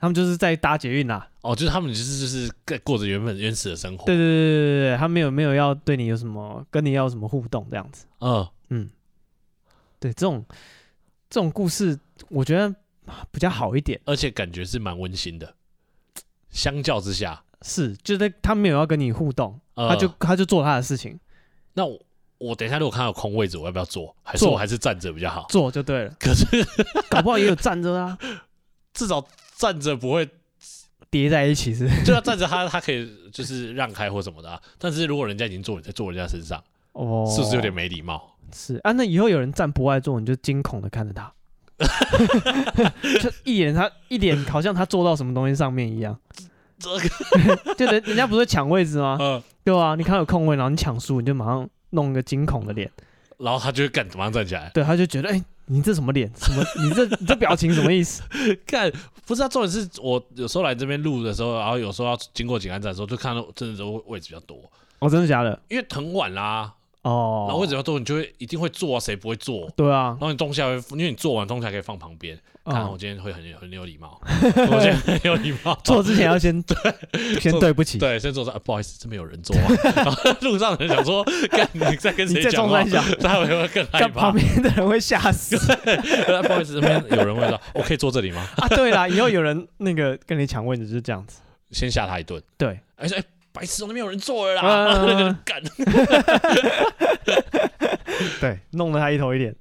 S1: 他们就是在搭捷运啊啦，
S2: 哦，就是他们就是就是在过着原本原始的生活。
S1: 对对对对对对，他没有没有要对你有什么跟你要有什么互动这样子，
S2: 嗯，
S1: 嗯，对，这种这种故事我觉得啊比较好一点，
S2: 而且感觉是蛮温馨的。相较之下，
S1: 是就是他没有要跟你互动，
S2: 呃
S1: 他就他就做他的事情，
S2: 那我我等一下如果看到有空位置，我要不要坐？还是
S1: 坐
S2: 我还是站着比较好？
S1: 做就对了，
S2: 可是
S1: [laughs] 搞不好也有站着啊，
S2: 至少站着不会，
S1: 叠在一起是不是
S2: 就要站着他，他可以就是让开或什么的、啊。但是如果人家已经坐，你在坐人家身上，
S1: 哦，
S2: [laughs] 是不是有点没礼貌？
S1: 是啊？那以后有人站不爱坐，你就惊恐的看着他， [laughs] 就一眼他一脸好像他坐到什么东西上面一样。
S2: [laughs] 这个，
S1: [laughs] 就人人家不是抢位置吗？
S2: 嗯，
S1: 对啊，你看有空位，然后你抢输，你就马上弄个惊恐的脸，
S2: 然后他就会干，马上站起来。
S1: 对，他就觉得，哎、你这什么脸？什么？ [laughs] 你这你这表情什么意思？
S2: 干，不是啊，重点是我有时候来这边录的时候，然后有时候要经过景安站的时候，就看到真的都位置比较多，
S1: [laughs] 哦，真的假的？
S2: 因为很晚啦，
S1: 哦，
S2: 然后位置比较多，你就会一定会坐啊，谁不会坐？
S1: 对啊
S2: 然，后你东西还会，因为你做完东西还可以放旁边。看，
S1: 嗯，
S2: 我今天会很很有礼貌，我今天很有礼
S1: [laughs]
S2: 貌。
S1: 做之前要先先
S2: 做
S1: 对不起，
S2: 对，先坐上、啊，不好意思，这边有人
S1: [laughs]
S2: 坐、啊。然后路上的人想说，干你在跟
S1: 你
S2: 谁
S1: 再
S2: 讲
S1: 冲
S2: 话
S1: 三？下，
S2: 他们会更害
S1: 看
S2: 怕呃
S1: 旁。边的人会吓 [laughs] 死
S2: 不好意思，这边有人会说，我可以坐这里吗？
S1: 啊！对啦，以后有人那个跟你抢位置就是这样子，
S2: 先吓他一顿。
S1: 对，
S2: 哎说，哎，白痴，那边有人坐了啦。
S1: 嗯
S2: [laughs] 然后那个人干，
S1: 对，弄得他一头一脸。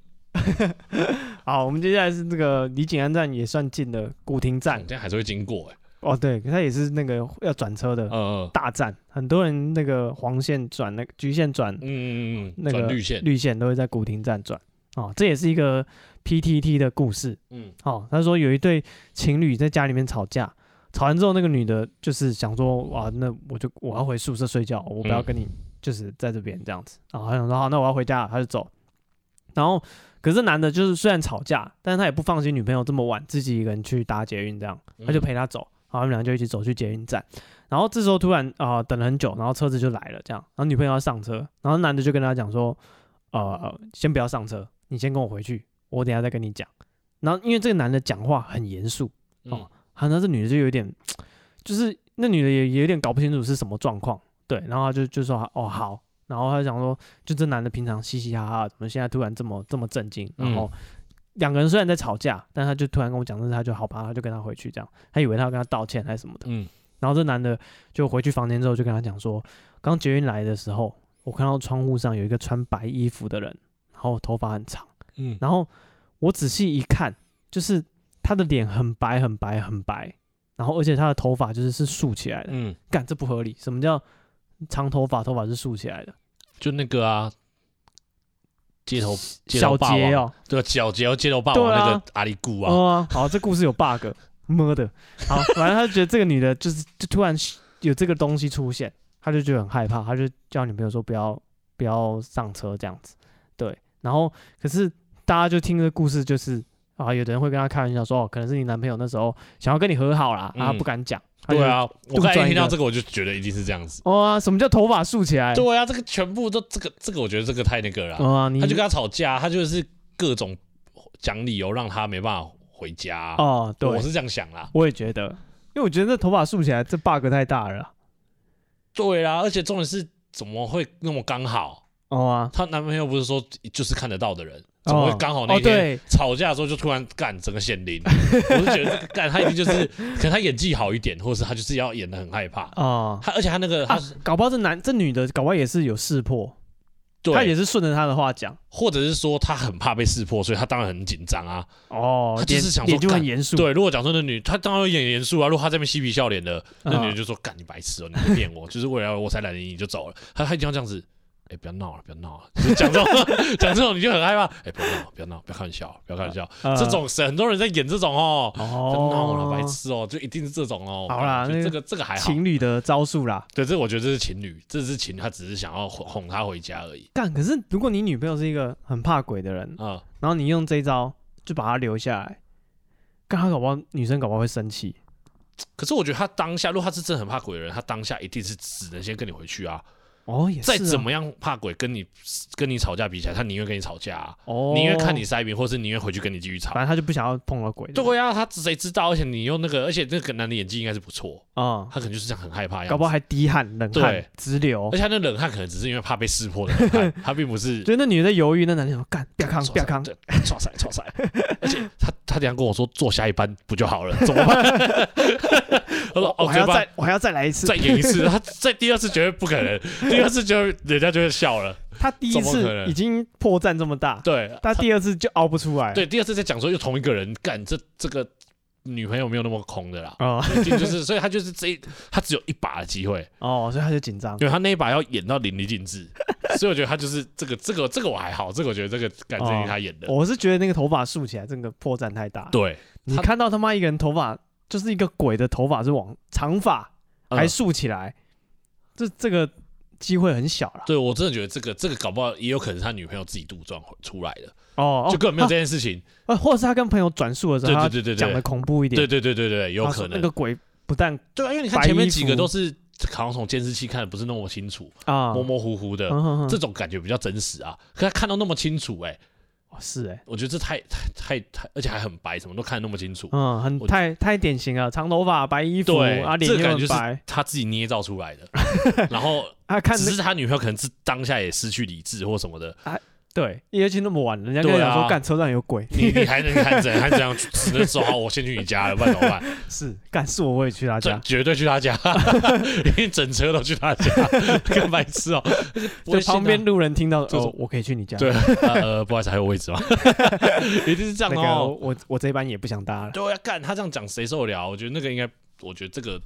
S1: [laughs] 好，我们接下来是这个离景安站也算近的古亭
S2: 干，
S1: 站
S2: 今天还是会经过哎、
S1: 哦，对，它也是那个要转车的
S2: 嗯嗯
S1: 大站，很多人那个黄线转那个橘线转
S2: 嗯嗯嗯，
S1: 那个
S2: 转绿线，
S1: 绿线都会在古亭站转哦，这也是一个 PTT 的故事
S2: 嗯
S1: 哦。他说有一对情侣在家里面吵架，吵完之后那个女的就是想说哇，那我就我要回宿舍睡觉，我不要
S2: 嗯
S1: 跟你就是在这边这样子。然后他想说好，那我要回家了，他就走。然后可是这男的就是虽然吵架，但是他也不放心女朋友这么晚自己一个人去搭捷运这样。他嗯
S2: 嗯
S1: 就陪他走，然后他们俩就一起走去捷运站。然后这时候突然啊、呃等了很久，然后车子就来了，这样，然后女朋友要上车，然后男的就跟他讲说，呃，先不要上车，你先跟我回去，我等一下再跟你讲。然后因为这个男的讲话很严肃，
S2: 嗯
S1: 哦好，那这女的就有点，就是那女的也也有点搞不清楚是什么状况，对，然后她就就说哦好，然后她就想说，就这男的平常嘻嘻哈哈，怎么现在突然这么这么震惊？然后两个人虽然在吵架，但他就突然跟我讲，这他就好吧，他就跟他回去这样，他以为他要跟他道歉还是什么的，
S2: 嗯
S1: 然后这男的就回去房间之后就跟他讲说，刚捷运来的时候，我看到窗户上有一个穿白衣服的人，然后头发很长。
S2: 嗯，
S1: 然后我仔细一看，就是他的脸很白很白很白，然后而且他的头发就是是竖起来的。
S2: 嗯，
S1: 干，这不合理！什么叫长头发？头发是竖起来的？
S2: 就那个啊，街头街
S1: 小
S2: 头霸
S1: 杰
S2: 王，
S1: 哦，
S2: 对，小杰街头霸王
S1: 对啊
S2: 那个阿里固啊，
S1: 哦啊，好，这故事有 bug，妈 [laughs] 的！好，反正他就觉得这个女的就是就突然有这个东西出现，他就觉得很害怕，他就叫女朋友说不要不要上车这样子。对，然后可是大家就听这个故事，就是啊，有的人会跟他开玩笑说，哦，可能是你男朋友那时候想要跟你和好啦，
S2: 嗯
S1: 啊，不敢讲。他就
S2: 对，啊，我
S1: 杜
S2: 刚
S1: 撰
S2: 才一
S1: 一
S2: 听到
S1: 个
S2: 这个，我就觉得一定是这样子。
S1: 哦啊，什么叫头发竖起来？
S2: 对啊，这个全部都这个这个，我觉得这个太那个了啊、
S1: 哎哦啊，你
S2: 他就跟他吵架，他就是各种讲理由让他没办法回家啊。
S1: 哦，对，
S2: 我是这样想啦。
S1: 我也觉得，因为我觉得这头发竖起来这 bug 太大了。
S2: 对啦，而且重点是怎么会那么刚好？
S1: 哦啊，
S2: 她男朋友不是说就是看得到的人，怎么会刚好那
S1: 哦
S2: 天
S1: 对，
S2: 吵架的时候就突然干整个显
S1: [laughs]
S2: 灵？我是觉得这个干他一定就是，可能他演技好一点，或者是他就是要演的很害怕。
S1: 哦，
S2: 他而且他那个他
S1: 啊
S2: 是，
S1: 搞不好这男这女的，搞不好也是有识破，她也
S2: 对，
S1: 是顺着他的话讲。
S2: 或者是说他很怕被识破，所以他当然很紧张啊。
S1: 哦
S2: 她只
S1: 脸
S2: 是想说
S1: 脸就
S2: 干
S1: 很严肃。
S2: 对，如果讲说那女，她当然会演严肃啊。如果她在那边嬉皮笑脸的，那
S1: 啊
S2: 女的就说：“干、你白痴哦、你在骗我，就是为了我才懒得理你就走了。”她她一定要这样子，哎、不要闹了，不要闹了，就是讲这种 [laughs] 讲这种你就很害怕。哎、不要闹，不要闹，不要开玩笑，不要开玩笑。
S1: 呃，
S2: 这种是很多人在演这种哦，不要闹
S1: 哦
S2: 了，白痴哦、就一定是这种哦。
S1: 好啦
S2: 就
S1: 那个
S2: 这个这个还好。
S1: 情侣的招数啦。
S2: 对，这我觉得这是情侣，这是情侣，他只是想要哄哄她回家而已
S1: 干，可是如果你女朋友是一个很怕鬼的人，
S2: 啊、
S1: 然后你用这一招就把她留下来，干他搞不好女生搞不好会生气，
S2: 可是我觉得他当下，如果他是真的很怕鬼的人，他当下一定是只能先跟你回去啊。
S1: 哦，也是、
S2: 再
S1: 啊，
S2: 怎么样怕鬼，跟你跟你吵架比起来，他宁愿跟你吵架、啊，
S1: 哦，
S2: 宁愿看你，塞宾，或是宁愿回去跟你继续吵
S1: 反。正他就不想要碰到鬼，
S2: 对呀、他谁知道？而且你用那个，而且那个男的演技应该是不错，
S1: 啊、
S2: 他可能就是这样很害怕的样子，
S1: 搞不好还滴汗、冷汗
S2: 哎对、
S1: 直流
S2: 而，且他那冷汗可能只是因为怕被识破的冷
S1: [laughs]
S2: 汗，他并不是
S1: 就那女的在犹豫，那男的想说干，不要扛，不要扛，
S2: 对， [laughs] 抓塞抓塞。而且他他等一下跟我说坐下一班不就好了，怎
S1: [laughs]
S2: 么办？他说
S1: 我
S2: 哦，
S1: 还
S2: 这
S1: 要 [laughs]
S2: 班
S1: 再我还要再来一次
S2: 再。演一次，他再第二次绝对不可
S1: [laughs]
S2: 能，第二次就会人家就会笑了。
S1: 他第一
S2: 怎么可
S1: 次
S2: 能
S1: 已经破绽这么大，
S2: 对，
S1: 他第二次就熬不出来。
S2: 对第二次再讲说又同一个人干，这这个女朋友没有那么空
S1: [laughs]
S2: 的啦。
S1: 啊、
S2: 一定就是，所以他就是这一，他只有一把的机会，
S1: 哦，所以他就紧张。
S2: 因为他那一把要演到淋漓
S1: [laughs]
S2: 尽致，所以我觉得他就是这个这个这个我还好，这个我觉得这个感觉他演的，
S1: 我是觉得那个头发竖起来，这个破绽太大。
S2: 对，
S1: 你
S2: 他
S1: 看到他妈一个人头发，就是一个鬼的头发是往长发
S2: 嗯
S1: 还竖起来，这这个机会很小了。
S2: 对我真的觉得这个这个搞不好也有可能是他女朋友自己杜撰出来的，
S1: 哦，哦
S2: 就根本没有
S1: 啊
S2: 这件事情。
S1: 啊或 [laughs] 者是他跟朋友转述的时候，
S2: 对
S1: 他
S2: 对对对
S1: 讲的
S2: 对，
S1: 恐怖一点，
S2: 对对对对对，有
S1: 他说
S2: 可能
S1: 那。个鬼不但
S2: 对啊，因为你看
S1: 白
S2: 前面
S1: 衣
S2: 几个
S1: 服
S2: 都是好像从监视器看的不是那么清楚，
S1: 啊，
S2: 模模糊糊的，
S1: 嗯哼哼
S2: 这种感觉比较真实啊。可他看到那么清楚，哎，
S1: 哦是哎，
S2: 我觉得这太太太太，而且还很白，什么都看得那么清楚，
S1: 嗯，很
S2: 我
S1: 太太典型了，长头发、白衣服，
S2: 对
S1: 啊，
S2: 这
S1: 脸
S2: 个
S1: 又
S2: 感
S1: 很
S2: 觉是
S1: 白，
S2: 他自己捏造出来
S1: [laughs]
S2: 的。然后
S1: 啊，看
S2: 只
S1: 那
S2: 是他女朋友可能是当下也失去理智或什么的，
S1: 对，尤其那么晚，人家就
S2: 对
S1: 想说
S2: 啊
S1: 干车上有鬼，
S2: 你你还能看怎还怎样？只能说好，我先去你家了，不然怎么办？
S1: [laughs] 是干 [laughs] 是啊我我也去他
S2: 这
S1: 家，
S2: 绝对去他家， [laughs] 因为整车都去
S1: [laughs]
S2: 他家，更白痴哦、
S1: 就
S2: 不会信
S1: 旁边
S2: 啊
S1: 路人听到
S2: 这
S1: 哦
S2: 种，
S1: 我可以去你家，
S2: 对，呃， [laughs] 呃不好意思，还有
S1: [laughs]
S2: 位置吗？一定是这
S1: 那
S2: 样
S1: 个
S2: 哦、
S1: 我我这一班也不想搭了，
S2: 对啊，干他这样讲谁受得了？我觉得那个应该，我觉得这个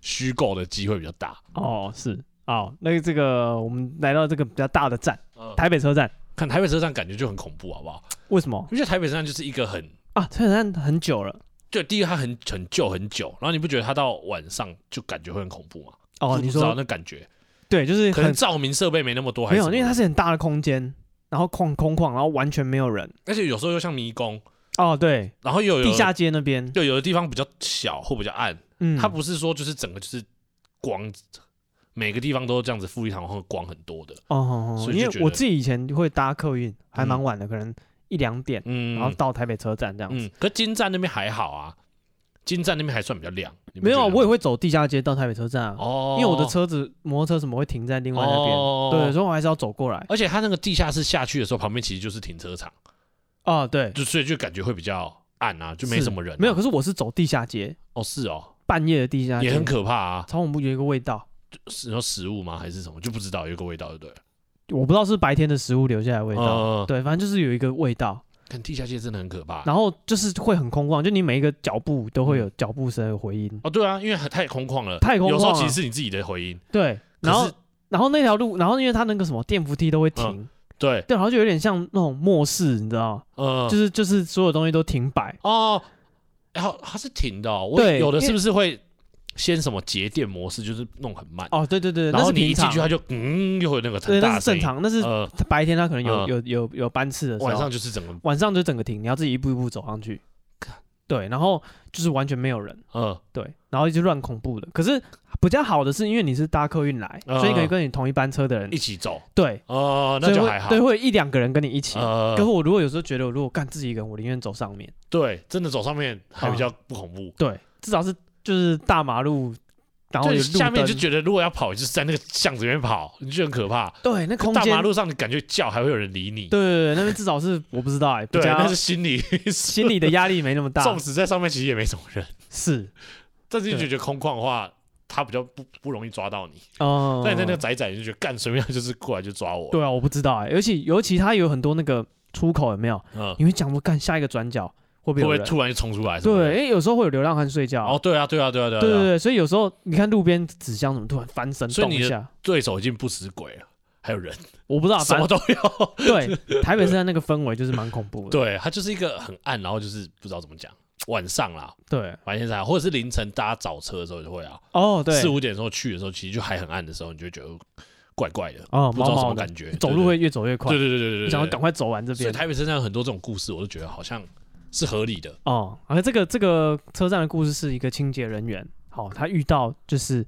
S2: 虚构的机会比较大。
S1: 哦是。哦，那个这个我们来到这个比较大的站，
S2: 嗯，
S1: 台北车站，
S2: 看台北车站感觉就很恐怖，好不好？
S1: 为什么
S2: 因为台北车站就是一个很，
S1: 啊？车站很久了
S2: 就第一个它很很旧很久，然后你不觉得它到晚上就感觉会很恐怖吗？
S1: 哦，
S2: 你
S1: 你
S2: 知道
S1: 说
S2: 那感觉，
S1: 对，就是
S2: 可能
S1: 很
S2: 照明设备没那么多，还
S1: 没有，
S2: 是
S1: 因为
S2: 什
S1: 它
S2: 么的
S1: 是很大的空间，然后空空旷，然后完全没有人。
S2: 而且有时候又像迷宫，
S1: 哦，对，
S2: 然后又有
S1: 地下街那边，
S2: 就有的地方比较小或比较暗，
S1: 嗯，
S2: 它不是说就是整个就是光，每个地方都这样子富丽堂皇的光很多的，
S1: 哦哦哦，
S2: 所以
S1: 因
S2: 就
S1: 为
S2: 觉
S1: 我
S2: 得
S1: 自己以前会搭客运，还蛮
S2: 嗯
S1: 晚的，可能一两点，
S2: 嗯，
S1: 然后到台北车站这样子。
S2: 嗯，可金站那边还好啊，金站那边还算比较亮。你不
S1: 没有，啊，
S2: 觉得吗
S1: 我也会走地下街到台北车站啊，
S2: 哦，
S1: 因为我的车子、摩托车什么会停在另外那边，
S2: 哦
S1: 对，所以我还是要走过来。
S2: 而且它那个地下室下去的时候，旁边其实就是停车场，
S1: 哦，对，
S2: 就所以就感觉会比较暗啊，就没什么人啊、
S1: 没有，可是我是走地下街，
S2: 哦，是哦，
S1: 半夜的地下街
S2: 也很可怕啊。
S1: 超恐怖，有一个味道，
S2: 是你说食物吗？还是什么？就不知道有一个味道，对不对了？
S1: 我不知道是白天的食物留下来的味道，
S2: 嗯，啊
S1: 对，反正就是有一个味道，
S2: 看地下街真的很可怕。
S1: 然后就是会很空旷，就你每一个脚步都会有
S2: 嗯
S1: 脚步声的回音，
S2: 哦，对啊，因为很太空旷了，
S1: 太空旷
S2: 有时候
S1: 了
S2: 其实是你自己的回音。
S1: 对，然
S2: 可
S1: 后
S2: 是嗯
S1: 然后那条路，然后因为它那个什么电扶梯都会停，
S2: 对，
S1: 对，然后就有点像那种末世，你知道吗？
S2: 嗯，
S1: 就是就是所有东西都停摆，
S2: 哦，然后它是停的、哦，我
S1: 对
S2: 有的
S1: 因为
S2: 是不是会先什么节电模式，就是弄很慢，
S1: 哦，对对对，
S2: 然
S1: 那
S2: 后
S1: 是
S2: 你一
S1: 平常
S2: 进
S1: 啊
S2: 去，它就嗯，又有那个
S1: 对，
S2: 很大
S1: 那
S2: 的
S1: 是
S2: 声
S1: 正
S2: 音。
S1: 常，那是
S2: 呃，
S1: 白天它可能有
S2: 嗯
S1: 有有有班次的时候，
S2: 晚上就是整个
S1: 晚上就整个停，你要自己一步一步走上去
S2: 看，
S1: 对，然后就是完全没有人，
S2: 呃，
S1: 对，然后一直乱恐怖的，可是。比较好的是，因为你是搭客运来，
S2: 嗯
S1: 所以可以跟你同一班车的人
S2: 一起走，
S1: 对，
S2: 哦，那
S1: 所以
S2: 就
S1: 会
S2: 还好
S1: 对，，会一两个人跟你一起。
S2: 呃
S1: 可是，我如果有时候觉得，我如果干自己一个人，我宁愿走上面。
S2: 对，真的走上面还比较
S1: 啊
S2: 不恐怖，
S1: 对，至少是就是大马路，然后
S2: 就
S1: 哦有
S2: 是
S1: 路
S2: 下面就
S1: 灯
S2: 觉得如果要跑，就是在那个巷子里面跑， [laughs] 你就很可怕。
S1: 对那空
S2: 大
S1: 间
S2: 马路上你感觉叫还会有人理你，
S1: 对对对，那边至少是我不知道哎、比
S2: 对，
S1: 较
S2: 但是心里
S1: 心
S2: [laughs]
S1: 理的压力没那么大，
S2: 纵使在上面其实也没什么人，
S1: 是
S2: 但是你就觉得空旷的话，它比较不不容易抓到你。
S1: 哦。
S2: 但你在那个窄窄，你就觉得干随便就是过来就抓我。
S1: 对啊，我不知道哎、尤其尤其它有很多那个出口有没有？
S2: 嗯，
S1: 你会讲说干下一个转角会不会
S2: 会不
S1: 有
S2: 会
S1: 人？
S2: 突然就冲出来？
S1: 对，因，为有时候会有流浪汉睡觉。
S2: 哦，对啊，对啊，对啊，对
S1: 对
S2: 啊，
S1: 对
S2: 对啊，
S1: 对，所以有时候你看路边纸箱怎么突然翻身
S2: 所以
S1: 动
S2: 你
S1: 一
S2: 的
S1: 下，
S2: 对手已经不死鬼了，还有人，
S1: 我不知道，
S2: 什
S1: 反
S2: 么
S1: 正
S2: 都
S1: [laughs]
S2: 有。
S1: 对台北市在那个氛围就是蛮恐怖
S2: [laughs]
S1: 的。
S2: 对，它就是一个很暗，然后就是不知道怎么讲。晚上啦，
S1: 对，
S2: 白天上，或者是凌晨搭早车的时候就会啊，
S1: 哦对
S2: 四，五点的时候去的时候，其实就还很暗的时候，你就会觉得怪怪的，
S1: 哦
S2: 不
S1: 毛
S2: 知道什
S1: 毛
S2: 么
S1: 的，
S2: 感觉，
S1: 走路会越走越快
S2: 对。对。对对对对对对，
S1: 想要赶快走完这
S2: 所以
S1: 边。
S2: 台北车站有很多这种故事，我就觉得好像是合理的。
S1: 哦，而、这个这个车站的故事是一个清洁人员，好、他遇到就是，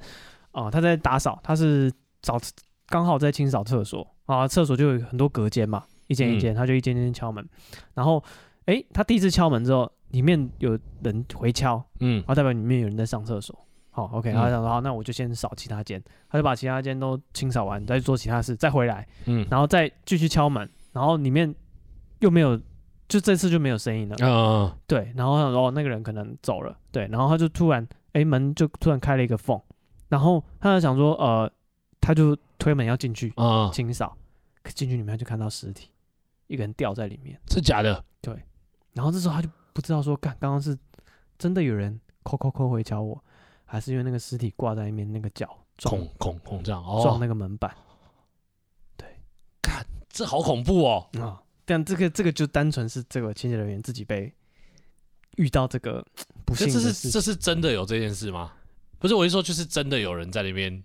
S1: 哦、他在打扫，他是找刚好在清扫厕所啊，厕所就有很多隔间嘛，一间一
S2: 嗯
S1: 间，他就一间间敲门，然后，诶，他第一次敲门之后，里面有人回敲，
S2: 嗯
S1: 然后代表里面有人在上厕所。好、o k
S2: 嗯
S1: 他想说好，那我就先扫其他间，他就把其他间都清扫完，再做其他事，再回来，
S2: 嗯
S1: 然后再继续敲门，然后里面又没有，就这次就没有声音了。
S2: 啊
S1: 对，然后他说哦，那个人可能走了，对，然后他就突然，哎，门就突然开了一个缝，然后他就想说，呃，他就推门要进去
S2: 啊，
S1: 清扫，可进去里面就看到尸体，一个人掉在里面，
S2: 是假的
S1: 然后这时候他就不知道说，干，刚刚是真的有人扣扣扣回敲我，还是因为那个尸体挂在那边那个脚撞
S2: 恐恐恐这样
S1: 撞
S2: 哦，
S1: 那个门板
S2: 这好恐怖哦。
S1: 啊、但这个这个就单纯是这个清洁人员自己被遇到这个不
S2: 这
S1: 幸
S2: 这
S1: 的
S2: 是
S1: 事情，
S2: 这是真的有这件事吗？不是，我是说，就是真的有人在那边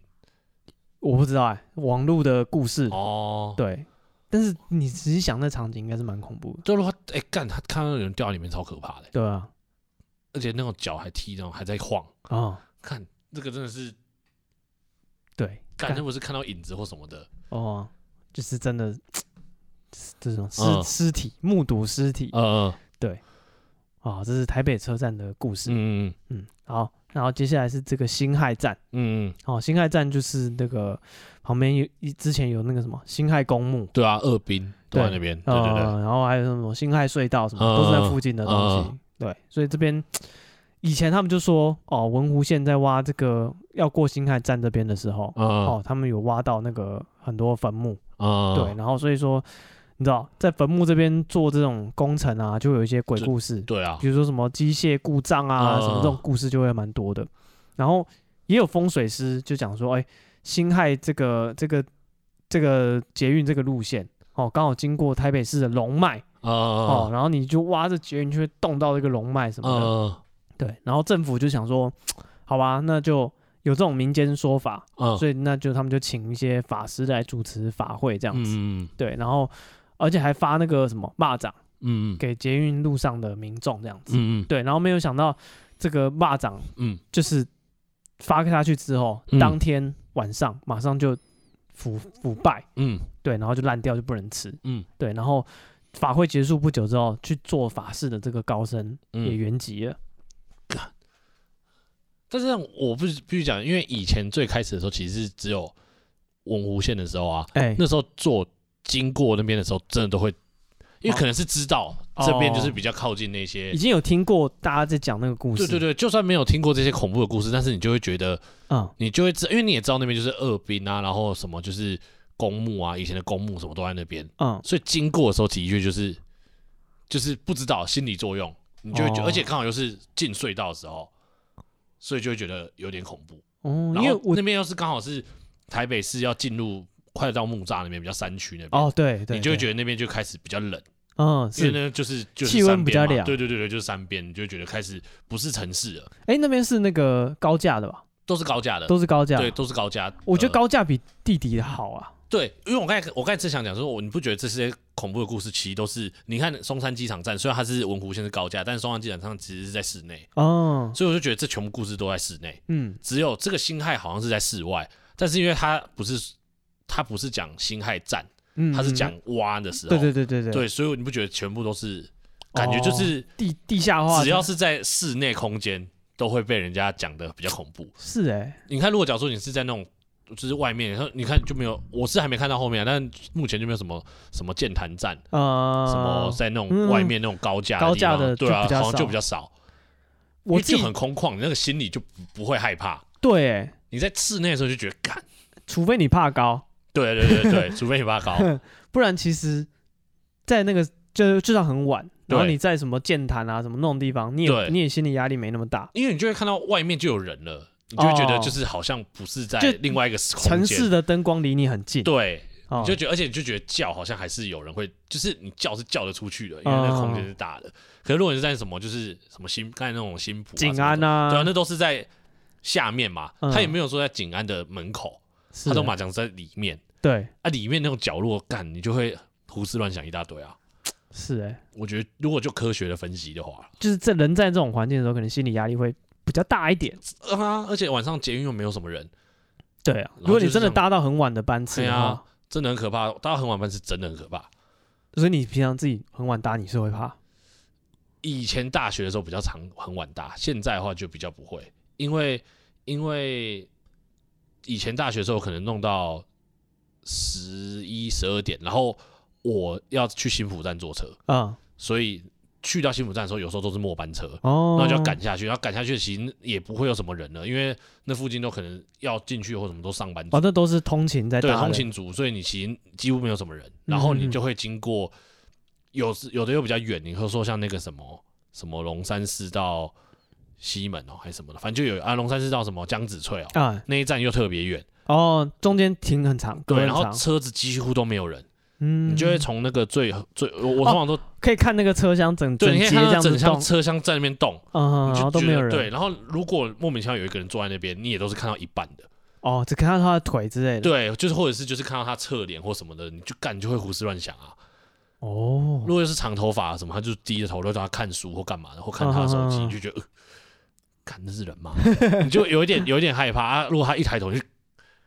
S1: 我不知道哎、网络的故事
S2: 哦。
S1: 对，但是你仔细想，那场景应该是蛮恐怖的。
S2: 对的话，哎、干他看到有人掉里面超可怕的，
S1: 对啊，
S2: 而且那种脚还踢，那种还在晃，
S1: 啊、
S2: 看那个真的是，
S1: 对，
S2: 干
S1: 干
S2: 那不是看到影子或什么的，
S1: 哦，就是真的，这种尸
S2: 嗯
S1: 尸体目睹尸体啊、
S2: 呃，
S1: 这是台北车站的故事。嗯
S2: 嗯嗯
S1: 好，然后接下来是这个辛亥站，
S2: 嗯，嗯，
S1: 哦，辛亥站就是那个旁边有一之前有那个什么辛亥公墓，
S2: 对啊，二兵都在那边，对对对，
S1: 呃，然后还有什么辛亥隧道什么，
S2: 嗯
S1: 都是在附近的东西。
S2: 嗯
S1: 对，所以这边以前他们就说，哦，文湖线在挖这个要过辛亥站这边的时候，
S2: 啊
S1: 哦，他们有挖到那个很多坟墓，
S2: 啊，
S1: 哦对，然后所以说，你知道在坟墓这边做这种工程啊，就有一些鬼故事，
S2: 对啊，
S1: 比如说什么机械故障啊，
S2: 嗯
S1: 什么这种故事就会蛮多的。然后也有风水师就讲说，哎，辛亥这个这个这个捷运这个路线。哦，刚好经过台北市的龙脉
S2: 啊
S1: 哦，
S2: 啊
S1: 然后你就挖这捷运，就会动到这个龙脉什么的。
S2: 啊
S1: 对，然后政府就想说，好吧，那就有这种民间说法，
S2: 啊，
S1: 所以那就他们就请一些法师来主持法会这样子，
S2: 嗯嗯
S1: 对，然后而且还发那个什么蚂蚱
S2: 嗯
S1: 给捷运路上的民众这样子，
S2: 嗯嗯
S1: 对，然后没有想到这个蚂蚱
S2: 嗯，
S1: 就是发下去之后，
S2: 嗯
S1: 当天晚上马上就腐腐败，
S2: 嗯
S1: 对，然后就烂掉就不能吃，
S2: 嗯，
S1: 对，然后法会结束不久之后去做法事的这个高僧也
S2: 嗯，
S1: 圆寂了，
S2: 但是我不必须讲，因为以前最开始的时候，其实是只有文湖线的时候啊，
S1: 哎、
S2: 那时候坐经过那边的时候，真的都会，因为可能是知道、
S1: 哦
S2: 这边就是比较靠近那些
S1: 已。经有听过大家在讲那个故事，
S2: 对对
S1: 对，
S2: 对，就算没有听过这些恐怖的故事，但是你就会觉得，
S1: 嗯，
S2: 你就会知，因为你也知道那边就是二兵啊，然后什么就是公墓啊，以前的公墓什么都在那边，
S1: 嗯，
S2: 所以经过的时候的确就是就是不知道心理作用，你就会觉得，
S1: 哦
S2: 而且刚好又是进隧道的时候，所以就会觉得有点恐怖。
S1: 哦，因
S2: 然
S1: 为
S2: 后
S1: 我
S2: 那边又是刚好是台北市要进入快到木栅那边比较山区那边，
S1: 哦，对对，
S2: 你就会
S1: 对
S2: 觉得那边就开始比较冷，
S1: 嗯，
S2: 因
S1: 是，
S2: 为呢就是就是
S1: 气温
S2: 山边嘛
S1: 比较凉
S2: 对对对对，就是山边，你就会觉得开始不是城市了，
S1: 哎，那边是那个高架的吧？
S2: 都是高架的，
S1: 都是高架，
S2: 呃对，都是高架。
S1: 我觉得
S2: 呃、
S1: 高架比地底好啊。
S2: 对，因为我刚才我刚才正想讲说，我你不觉得这些恐怖的故事其实都是，你看松山机场站，虽然它是文湖线是高架，但是松山机场站其实是在室内，
S1: 哦，
S2: 所以我就觉得这全部故事都在室内，
S1: 嗯，
S2: 只有这个辛亥好像是在室外，但是因为它不是它不是讲辛亥站，
S1: 嗯，
S2: 它是
S1: 嗯
S2: 讲挖的时候，
S1: 对对对对哦对，
S2: 对，所以你不觉得全部都是感觉就是。
S1: 地地下化，
S2: 只要是在室内空间，都会被人家讲的比较恐怖。
S1: 是哎，
S2: 你看，如果假如说你是在那种就是外面，然后你看就没有，我是还没看到后面、啊，但目前就没有什么什么剑潭站，
S1: 呃，
S2: 什么在那种外面那种高架地
S1: 嗯
S2: 方、
S1: 高架的
S2: 对啊，
S1: 就比较
S2: 好像就
S1: 少
S2: 比较少，因
S1: 我
S2: 为
S1: 自
S2: 就
S1: 己
S2: 很空旷，你那个心里就不不会害怕。
S1: 对哎，
S2: 你在室内的时候就觉得干，
S1: 除非你怕高，
S2: 对对对对对，除非你怕高，
S1: [laughs] 不然其实，在那个就就算很晚，然后
S2: 对
S1: 你在什么剑潭啊什么那种地方，你也
S2: 对
S1: 你也心理压力没那么大。
S2: 因为你就会看到外面就有人了，你就会觉得
S1: 哦
S2: 就是好像不是在
S1: 就
S2: 另外一个空
S1: 城市
S2: 间，
S1: 的灯光离你很近，
S2: 对，
S1: 哦
S2: 你就觉得，而且你就觉得叫好像还是有人会，就是你叫是叫得出去的，因为那个空
S1: 哦
S2: 间是大的。可是如果你是在什么，就是什么新，刚才那种新浦、啊、
S1: 景安
S2: 啊，
S1: 啊，
S2: 对啊，那都是在下面嘛，
S1: 嗯
S2: 他也没有说在景安的门口，
S1: 是
S2: 他都马讲在里面
S1: 对
S2: 啊，里面那种角落干，你就会胡思乱想一大堆啊。
S1: 是哎、
S2: 我觉得如果就科学的分析的话，
S1: 就是这人在这种环境的时候，可能心理压力会比较大一点。
S2: 啊，而且晚上捷运又没有什么人，
S1: 对啊，如
S2: 然后
S1: 果你
S2: 就是
S1: 真的
S2: 像
S1: 搭到很晚的班次
S2: 对
S1: 的
S2: 啊
S1: 话，，
S2: 真的很可怕。大家很晚班是真的很可怕。
S1: 所以你平常自己很晚搭，你是会怕。
S2: 以前大学的时候比较常很晚搭，现在的话就比较不会，因为因为以前大学的时候可能弄到十一十二点，然后我要去新浦站坐车，
S1: 嗯，
S2: 所以去到新浦站的时候，有时候都是末班车，
S1: 哦，
S2: 然后就要赶下去，然后赶下去其实也不会有什么人了，因为那附近都可能要进去或什么都上班族
S1: 哦，那都是通勤在搭
S2: 对，
S1: 的嗯
S2: 通勤族，所以你其实几乎没有什么人，然后你就会经过，有时有的又比较远，你会说像那个什么什么龙山寺到西门哦，还是什么的，反正就有啊，龙山寺到什么江子翠哦，
S1: 啊，
S2: 那一站又特别远，
S1: 哦，中间停很长，
S2: 对，
S1: 隔
S2: 然
S1: 很
S2: 后
S1: 长，
S2: 车子几乎都没有人，
S1: 嗯，
S2: 你就会从那个最最，我我通常都、
S1: 可以看那个车厢整
S2: 对，
S1: 整
S2: 你可
S1: 节这
S2: 以看到
S1: 样子
S2: 整
S1: 动
S2: 辆，车厢在那边动，
S1: 嗯，
S2: 你
S1: 然
S2: 就
S1: 后都
S2: 觉
S1: 没有
S2: 得
S1: 人，
S2: 对，，然后如果莫名其妙有一个人坐在那边，你也都是看到一半的，
S1: 哦，只看到他的腿之类的，，
S2: 对，就是或者是就是看到他侧脸或什么的，你就干你就会胡思乱想啊。
S1: 哦，
S2: 如果是长头发什么，他就低着头，让他看书或干嘛的，或看他的手机，
S1: 嗯嗯嗯
S2: 你就觉得，呃看那是人
S1: [laughs]
S2: 吗？你就有一点有一点害怕啊。如果他一抬头，就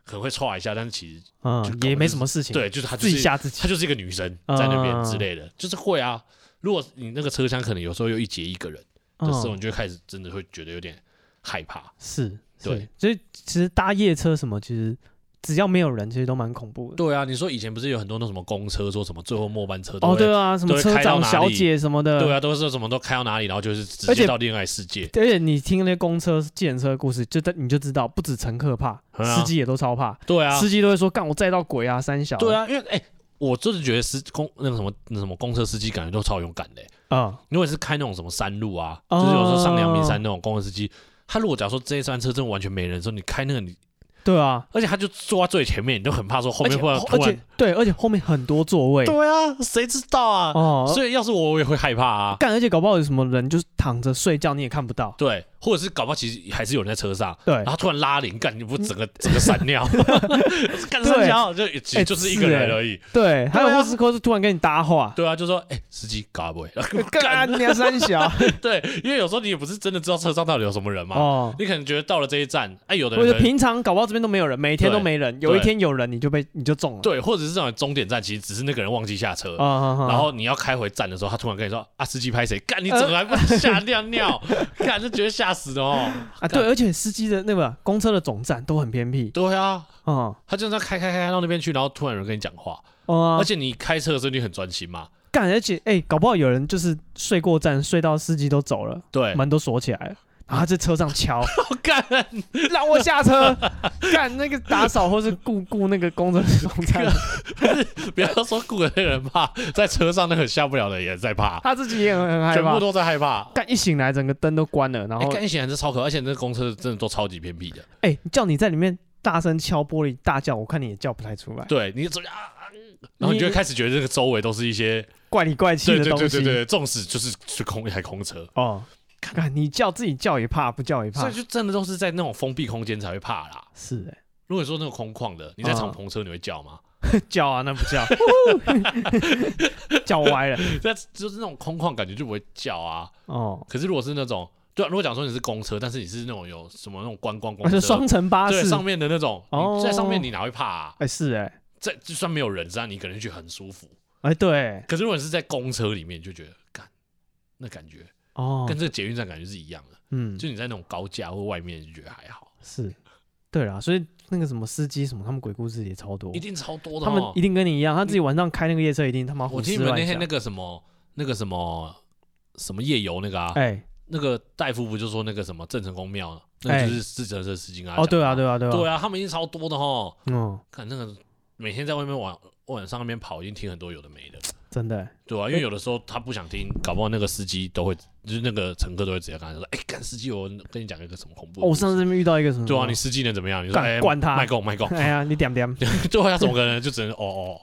S2: 可能会歘一下，但是其实就搞
S1: 嗯，
S2: 不
S1: 也没
S2: 清
S1: 什么事情，，
S2: 对，就是他就
S1: 自己
S2: 是
S1: 吓自己
S2: 他，就是一个女生在那
S1: 嗯嗯
S2: 边
S1: 嗯
S2: 之类的，就是会啊。如果你那个车厢可能有时候又一节一个人的时候，
S1: 嗯
S2: 你 [laughs] 就会开始真的会觉得有点害怕。
S1: 是，是
S2: 对，
S1: 所以其实搭夜车什么，其实只要没有人，其实都蛮恐怖的。
S2: 对啊，你说以前不是有很多那什么公车，说什么最后末班车都
S1: 哦，
S2: 会
S1: 对啊，什么
S2: 对
S1: 车
S2: 开到
S1: 长
S2: 哪
S1: 小
S2: 里
S1: 姐什么的，
S2: 对啊，都是什么都开到哪里，然后就是直
S1: 而且
S2: 接到恋爱世界。
S1: 而且你听那些公车、计程车的故事，就你就知道，不止乘客怕，
S2: 嗯啊
S1: 司机也都超怕，
S2: 对啊，
S1: 司机都会说：“干我载到鬼啊，三小。”
S2: 对，啊，因为哎、我真的觉得司公那个什么那什么公车司机感觉都超勇敢的、欸。
S1: 嗯，
S2: 如果是开那种什么山路啊，
S1: 哦
S2: 就是有时候上阳明山那种公车司机，他如果假如说这一班车真的完全没人的时候，你开那个你，
S1: 对啊，
S2: 而且他就坐在最前面，你都很怕说后
S1: 而
S2: 面
S1: 且
S2: 会不会
S1: 而
S2: 突
S1: 且
S2: 然。
S1: 对，而且后面很多座位，
S2: 对啊，谁知道啊？
S1: 哦，
S2: 所以要是我，我也会害怕啊。
S1: 干，而且搞不好有什么人就是躺着睡觉，你也看不到。
S2: 对，或者是搞不好其实还是有人在车上，
S1: 对
S2: 然，后突然拉铃，干你不整个整个闪尿，干三
S1: 对
S2: 小就其实就是一个
S1: 是欸
S2: 人而已。
S1: 对，还有
S2: 对啊
S1: 莫斯科是突然跟你搭话，
S2: 对啊，就说哎，司机搞不会，
S1: 干你啊三小
S2: [laughs] 对，因为有时候你也不是真的知道车上到底有什么人嘛，
S1: 哦。
S2: 你可能觉得到了这一站，哎，有的
S1: 或
S2: 人
S1: 者
S2: 可能
S1: 平常搞不好这边都没有人，每天都
S2: 对
S1: 没人，有一
S2: 对
S1: 天有人你就被你就中了。
S2: 对，或者是这种终点站，其实只是那个人忘记下车，
S1: 啊啊，啊
S2: 然后你要开回站的时候，他突然跟你说啊，司机拍谁？干，你怎
S1: 呃
S2: 么还不吓尿尿？干，就觉得吓死了哦。
S1: 啊，对，而且司机的那个公车的总站都很偏僻，
S2: 对啊，
S1: 嗯，
S2: 他就这样开开开到那边去，然后突然有人跟你讲话，
S1: 哦啊
S2: 而且你开车的时候你很专心嘛，
S1: 干，而且哎、搞不好有人就是睡过站，睡到司机都走了，
S2: 对，
S1: 门都锁起来了，然后他在车上
S2: [laughs]
S1: 敲，
S2: 我干，
S1: 让我下车， [laughs] 干那个打扫或是雇雇那个公车总
S2: [laughs]
S1: 站，
S2: 不要说雇的那个人怕，在车上那个下不了的也在怕，
S1: 他自己也很很害
S2: 全部
S1: 怕。
S2: 都在害怕。
S1: 干一醒来，整个灯都关了，然
S2: 哎，
S1: 后
S2: 干，显然是超可怕，而且那公车真的都超级偏僻的。
S1: 哎、叫你在里面大声敲玻璃大叫，我看你也叫不太出来，
S2: 对你走啊啊，啊
S1: 嗯
S2: 然后你就会开始觉得这个周围都是一些
S1: 怪里怪气
S2: 对
S1: 的
S2: 对
S1: 东
S2: 对
S1: 西
S2: 对。对，纵使就是是空一台空车，
S1: 哦，看看你叫自己叫也怕，不叫也
S2: 所
S1: 怕
S2: 以，就真的都是在那种封闭空间才会怕啦。
S1: 是哎、
S2: 如果说那个空旷的，你在
S1: 嗯
S2: 敞篷车你会叫吗？ [laughs]
S1: 叫啊，那不叫，叫歪了。
S2: 那就是那种空旷感觉就不会叫啊。
S1: 哦，
S2: 可是如果是那种，对啊、如果讲说你是公车，但是你是那种有什么那种观光公
S1: 而且啊
S2: 车，
S1: 双层巴
S2: 对
S1: 士，
S2: 上面的那种，
S1: 哦
S2: 你在上面你哪会怕啊？
S1: 哎是哎
S2: 在就算没有人，这样你可能觉得很舒服。
S1: 哎对
S2: 可是如果你是在公车里面，你就觉得干那感觉
S1: 哦
S2: 跟，这个捷运站感觉是一样的。
S1: 嗯
S2: 就你在那种高架或外面，就觉得还好。
S1: 是，对啦，所以那个什么司机什么，他们鬼故事也超多
S2: 一，定超多的、
S1: 他
S2: 哦。嗯
S1: 们一定跟你一样，他自己晚上开那个夜车一定他妈
S2: 我
S1: 胡
S2: 听
S1: 思
S2: 你们那
S1: 乱
S2: 天那
S1: 想。
S2: 个什么那个什么什么夜游那个啊，
S1: 哎
S2: 那个大夫不就说那个什么郑成功庙，
S1: 哎
S2: 那就是自行车司机啊。
S1: 哦对啊
S2: 对
S1: 对啊对
S2: 对
S1: 啊，
S2: 啊，他们一定超多的哦。
S1: 嗯
S2: 看那个每天在外面晚晚上那边跑，一定听很多有的没的，
S1: 真的欸
S2: 对啊，因为有的时候他不想听，搞不好那个司机都会，就是那个乘客都会直接跟他说：“哎，干司机，我跟你讲一个什么恐怖
S1: 哦
S2: 的故
S1: 我
S2: 事。
S1: 上次遇到一个什么，
S2: 对啊，你司机能怎么样？你说
S1: 干
S2: 哎，
S1: 管他，
S2: 卖供卖供
S1: 哎呀你点点
S2: [laughs] 对啊，他怎么可能就只能哦哦，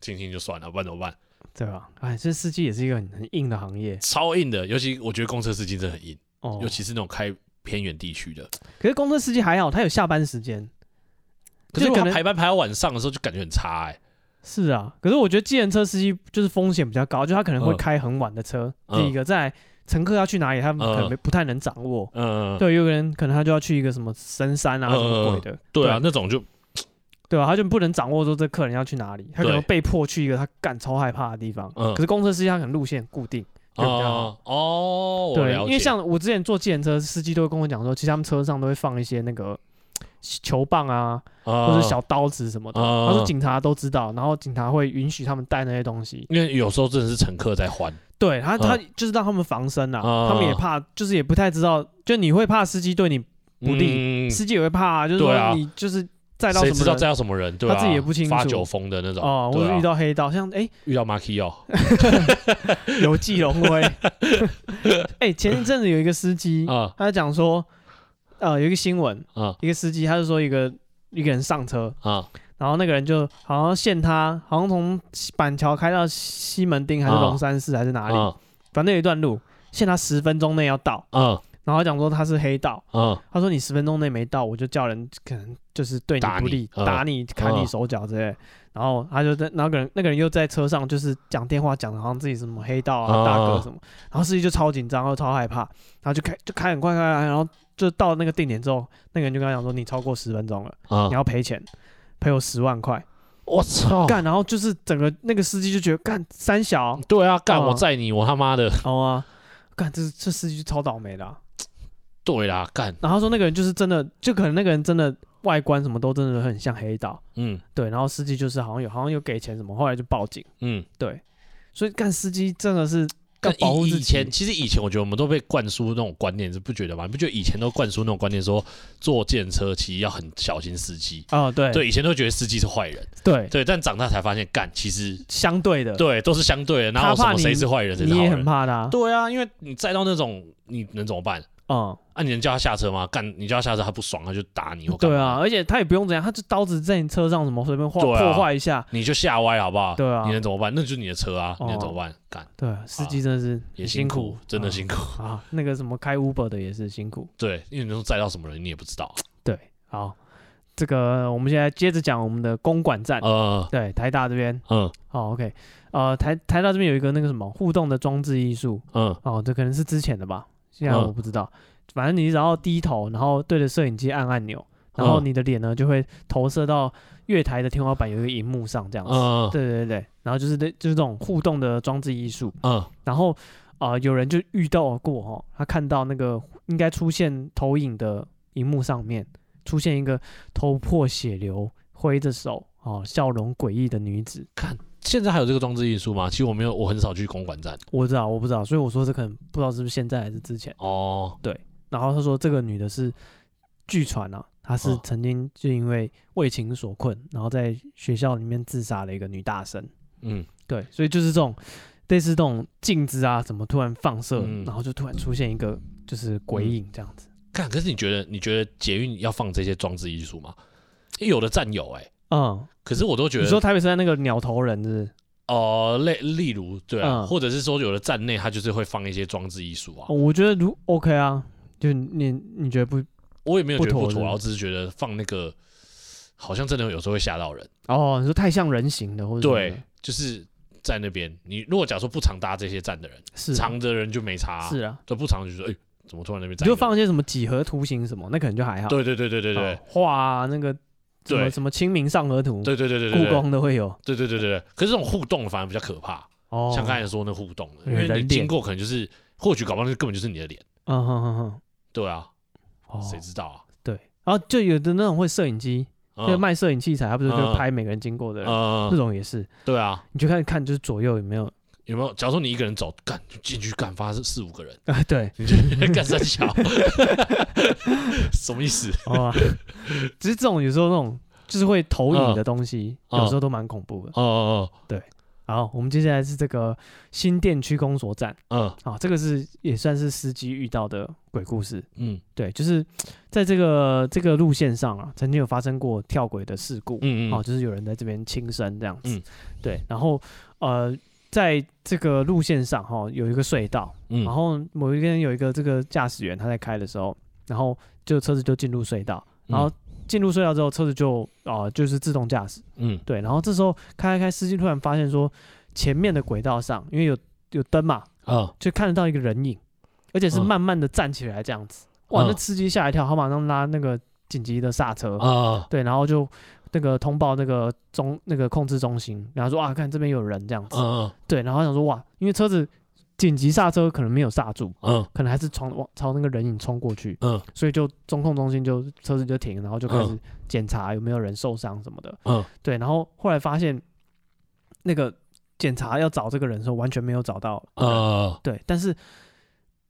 S2: 听听就算了，不然怎么办？
S1: 对吧？哎，这司机也是一个很很硬的行业
S2: 超硬的，尤其我觉得公车司机真的很硬，
S1: 哦
S2: 尤。其是那种开偏远地区的。
S1: 可是公车司机还好，他有下班时间，
S2: 可是
S1: 就可
S2: 他
S1: 能
S2: 排班排到晚上的时候，就感觉很差哎、
S1: 是啊，可是我觉得计程车司机就是风险比较高，就他可能会
S2: 嗯
S1: 开很晚的车。
S2: 嗯
S1: 第一个，在乘客要去哪里，他们可能
S2: 嗯
S1: 没不太能掌握。
S2: 嗯，
S1: 对，有个人可能他就要去一个什么深山啊，
S2: 嗯
S1: 什么鬼的，
S2: 对啊，那种就
S1: 对啊，他就不能掌握说这客人要去哪里，他可能
S2: 对
S1: 被迫去一个他干超害怕的地方。
S2: 嗯
S1: 可是公车司机他可能路线固定，就比较好
S2: 哦哦，我
S1: 对，
S2: 了
S1: 因
S2: 解，
S1: 为像我之前坐计程车，司机都会跟我讲说，其实他们车上都会放一些那个球棒啊，
S2: 或
S1: 或者小刀子什么的。
S2: 啊
S1: 他说警察都知道，然后警察会允许他们带那些东西。
S2: 因为有时候真的是乘客在还，
S1: 对他，
S2: 嗯
S1: 他就是让他们防身啊，
S2: 啊
S1: 他们也怕，就是也不太知道，就你会怕司机对你，不利
S2: 嗯
S1: 司机也会怕、啊，就是
S2: 对啊
S1: 说你就是载到
S2: 谁
S1: 什
S2: 知道
S1: 么
S2: 载
S1: 人
S2: 到什么人，对吧？啊
S1: 他自己也不清楚
S2: 发酒疯的那种，
S1: 哦，或
S2: 对
S1: 者
S2: 啊
S1: 遇到黑道，像哎
S2: 遇到 Marky 哦，
S1: 游记龙威，
S2: [laughs]
S1: 哎前一阵子有一个司机，
S2: 啊
S1: 他讲说，呃有一个新闻，
S2: 啊
S1: 一个司机他就说一个一个人上车，
S2: 啊，
S1: 然后那个人就好像限他，好像从板桥开到西门町还是
S2: 啊
S1: 龙山寺还是哪里，
S2: 啊
S1: 反正有一段路，限他十分钟内要到，
S2: 啊
S1: 然后他讲说他是黑道。
S2: 啊
S1: 他说你十分钟内没到，我就叫人可能就是对你呃
S2: 打
S1: 不
S2: 你
S1: 利，打
S2: 嗯
S1: 你、砍你手脚之类的。然后他就在，然后那个人那个人又在车上就是讲电话，讲的好像自己什么黑道啊、
S2: 嗯
S1: 大哥什么。然后司机就超紧张，又超害怕，然后就开就开很快开，然后就到那个定点之后，那个人就跟他讲说你超过十分钟了，
S2: 啊
S1: 你！要赔钱，赔我十万块。
S2: 我操！
S1: 干，然后就是整个那个司机就觉得干三 [laughs] 小
S2: 对啊，干
S1: 嗯
S2: 我载你，我他妈的，
S1: 哦啊，干这这司机就超倒霉的啊、
S2: 对啦，干，
S1: 然后他说那个人就是真的，就可能那个人真的外观什么都真的很像黑道，
S2: 嗯
S1: 对，然后司机就是好像有好像有给钱什么，后来就报警，
S2: 嗯。
S1: 对，所以干司机真的是要
S2: 但
S1: 保护
S2: 以
S1: 自
S2: 以前
S1: 己，
S2: 其实以前我觉得我们都被灌输那种观念，是不觉得吗？你不觉得以前都灌输那种观念说坐电车其实要很小心司机？
S1: 哦，对
S2: 对，以前都觉得司机是坏人，
S1: 对，
S2: 对，但长大才发现，干其实
S1: 相对的，
S2: 对都是相对的，哪
S1: 他
S2: 有什
S1: 怕
S2: 么
S1: 你
S2: 谁是坏人，谁是
S1: 你
S2: 好
S1: 也很
S2: 人？
S1: 怕他，
S2: 对啊，因为你载到那种，你能怎么办？
S1: 嗯，
S2: 啊，你能叫他下车吗？干，你叫他下车，他不爽，他就打你或干
S1: 对
S2: 嘛
S1: 啊，，而且他也不用怎样，他就刀子在你车上什么随便划
S2: 对啊
S1: 破坏一下，
S2: 你就吓歪好不好？
S1: 对啊
S2: 你能怎么办？那就是你的车啊，
S1: 哦
S2: 你能怎么办？干
S1: 对，啊司机真的是
S2: 也
S1: 很
S2: 辛
S1: 苦，
S2: 真的辛苦。
S1: 苦啊，那个什么开 Uber 的也是辛苦，
S2: 对，因为你能载到什么人，你也不知道。
S1: 对，好，这个我们现在接着讲我们的公馆站，
S2: 呃，
S1: 对，台大这边。
S2: 嗯
S1: 哦，OK，呃，台台大这边有一个那个什么互动的装置艺术，
S2: 嗯
S1: 哦，这可能是之前的吧，现在我
S2: 嗯
S1: 不知道。反正你只要低头，然后对着摄影机按按钮，然后
S2: 嗯
S1: 你的脸呢就会投射到月台的天花板有一个荧幕上这样子。
S2: 嗯
S1: 对对对，然后就是这就是这种互动的装置艺术，
S2: 嗯
S1: 然后啊、呃有人就遇到过哦，他看到那个应该出现投影的荧幕上面出现一个头破血流、挥着手哦、笑容诡异的女子，
S2: 现在还有这个装置艺术吗？其实我没有，我很少去公馆站。
S1: 我不知道，我不知道，所以我说这可能不知道是不是现在还是之前。
S2: 哦，
S1: 然后他说这个女的是，据传啊，她是
S2: 哦
S1: 曾经就因为为情所困，然后在学校里面自杀的一个女大生。
S2: 嗯，
S1: 对，所以就是这种类似这种镜子啊，怎么突然放射，
S2: 嗯
S1: 然后就突然出现一个就是鬼影这样子。
S2: 看，可是你觉得你觉得捷运要放这些装置艺术吗？因为有的站有哎、
S1: 嗯，
S2: 可是我都觉
S1: 你说
S2: 得
S1: 台北车站那个鸟头人是不是？
S2: 哦，类、例如对啊，
S1: 嗯
S2: 或者是说有的站内它就是会放一些装置艺术啊
S1: 哦，我觉得如 OK 啊，就你你觉得不？
S2: 我也没有觉得
S1: 不妥
S2: 不妥
S1: 是
S2: 啊，
S1: 吗
S2: 我只是觉得放那个好像真的有时候会吓到人。
S1: 哦，你说太像人形的，或者什么的
S2: 对，就是在那边，你如果假如说不常搭这些站的人，
S1: 是啊
S2: 常的人就没差、啊，
S1: 是啊，
S2: 对不常就说哎、怎么突然那边
S1: 你
S2: 站一
S1: 就
S2: 个？
S1: 放一些什么几何图形什么，那可能就还好。
S2: 对对对对对对
S1: 哦画啊，那个什么
S2: 对
S1: 什么《清明上河图》、
S2: 对对对对
S1: 故
S2: 对对
S1: 宫都会有。
S2: 对对对对对。可是这种互动反而比较可怕，
S1: 哦，
S2: 像刚才说那互动的，
S1: 嗯
S2: 因为
S1: 人
S2: 你
S1: 脸
S2: 经过可能就是，或许搞不好那根本就是你的脸，
S1: 嗯哼哼哼，
S2: 对啊，
S1: 哦，
S2: 谁知道啊？
S1: 对，然后就有的那种会摄影机，
S2: 嗯
S1: 就卖摄影器材，他不是就
S2: 嗯
S1: 拍每个人经过的人，
S2: 嗯，
S1: 这种也是，
S2: 对啊，
S1: 你就看看就是左右有没有 [laughs]
S2: 有没有？假如说你一个人走，干就进去干，发生四五
S1: [laughs]
S2: 个人，
S1: 啊？
S2: [laughs]
S1: 对，
S2: 你就干三小， [laughs] 什么意思？
S1: 哦，只是这种有时候那种就是会投影的东西，
S2: 嗯
S1: 有时候都蛮恐怖的。
S2: 哦哦
S1: 好，我们接下来是这个新店区公所站
S2: 哦，嗯
S1: 啊，这个是也算是司机遇到的鬼故事。
S2: 嗯
S1: 对，就是在这个这个路线上啊，曾经有发生过跳轨的事故，
S2: 嗯嗯，
S1: 哦，就是有人在这边轻生这样子。
S2: 嗯
S1: 对，然后呃，在这个路线上哈、有一个隧道，
S2: 嗯
S1: 然后某
S2: 嗯
S1: 一天有一个这个驾驶员他在开的时候，然后就车子就进入隧道，然后进入隧道之后，车子就啊、呃就是自动驾驶，
S2: 嗯
S1: 对，然后这时候开开开，司机突然发现说前面的轨道上，因为有有灯嘛，
S2: 啊
S1: 就看得到一个人影，而且是
S2: 嗯
S1: 慢慢的站起来这样子，哇，
S2: 嗯
S1: 那司机吓一跳，他马上拉那个紧急的刹车，
S2: 啊
S1: 对，然后就那个通报那个中那个控制中心，然后说啊，看这边有人这样子，
S2: 嗯
S1: 对，然后想说哇，因为车子紧急刹车可能没有刹住，
S2: 嗯
S1: 可能还是冲往朝那个人影冲过去，
S2: 嗯
S1: 所以就中控中心就车子就停，然后就开始
S2: 嗯
S1: 检查有没有人受伤什么的，
S2: 嗯
S1: 对，然后后来发现那个检查要找这个人的时候完全没有找到人，
S2: 啊
S1: 对，但是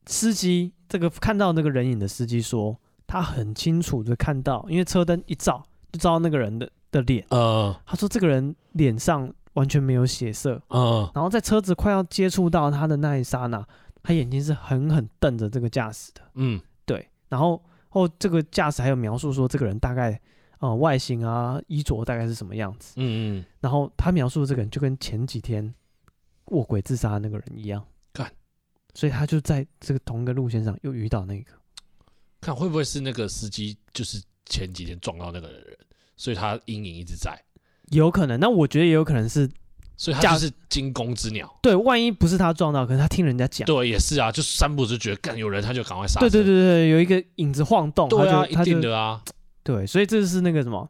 S1: 司机这个看到那个人影的司机说，他很清楚的看到，因为车灯一照就照到那个人的的脸，
S2: 啊
S1: 他说这个人脸上完全没有血色，
S2: 啊
S1: 然后在车子快要接触到他的那一刹那，他眼睛是狠狠瞪着这个驾驶的，
S2: 嗯
S1: 对，然后后这个驾驶还有描述说这个人大概。呃，外形啊，衣着大概是什么样子？
S2: 嗯嗯，
S1: 然后他描述的这个人就跟前几天卧轨自杀的那个人一样，
S2: 干，
S1: 所以他就在这个同一个路线上又遇到那个，
S2: 看会不会是那个司机就是前几天撞到那个人，所以他阴影一直在，
S1: 有可能。那我觉得也有可能是
S2: 所以
S1: 假
S2: 他就是惊弓之鸟。
S1: 对，万一不是他撞到，可是他听人家讲，
S2: 对，也是啊，就三步就觉得干有人，他就赶快刹车。
S1: 对对对对，有一个影子晃动，
S2: 对啊，
S1: 他就他
S2: 一定
S1: 就
S2: 的啊，
S1: 对，所以这是那个什么，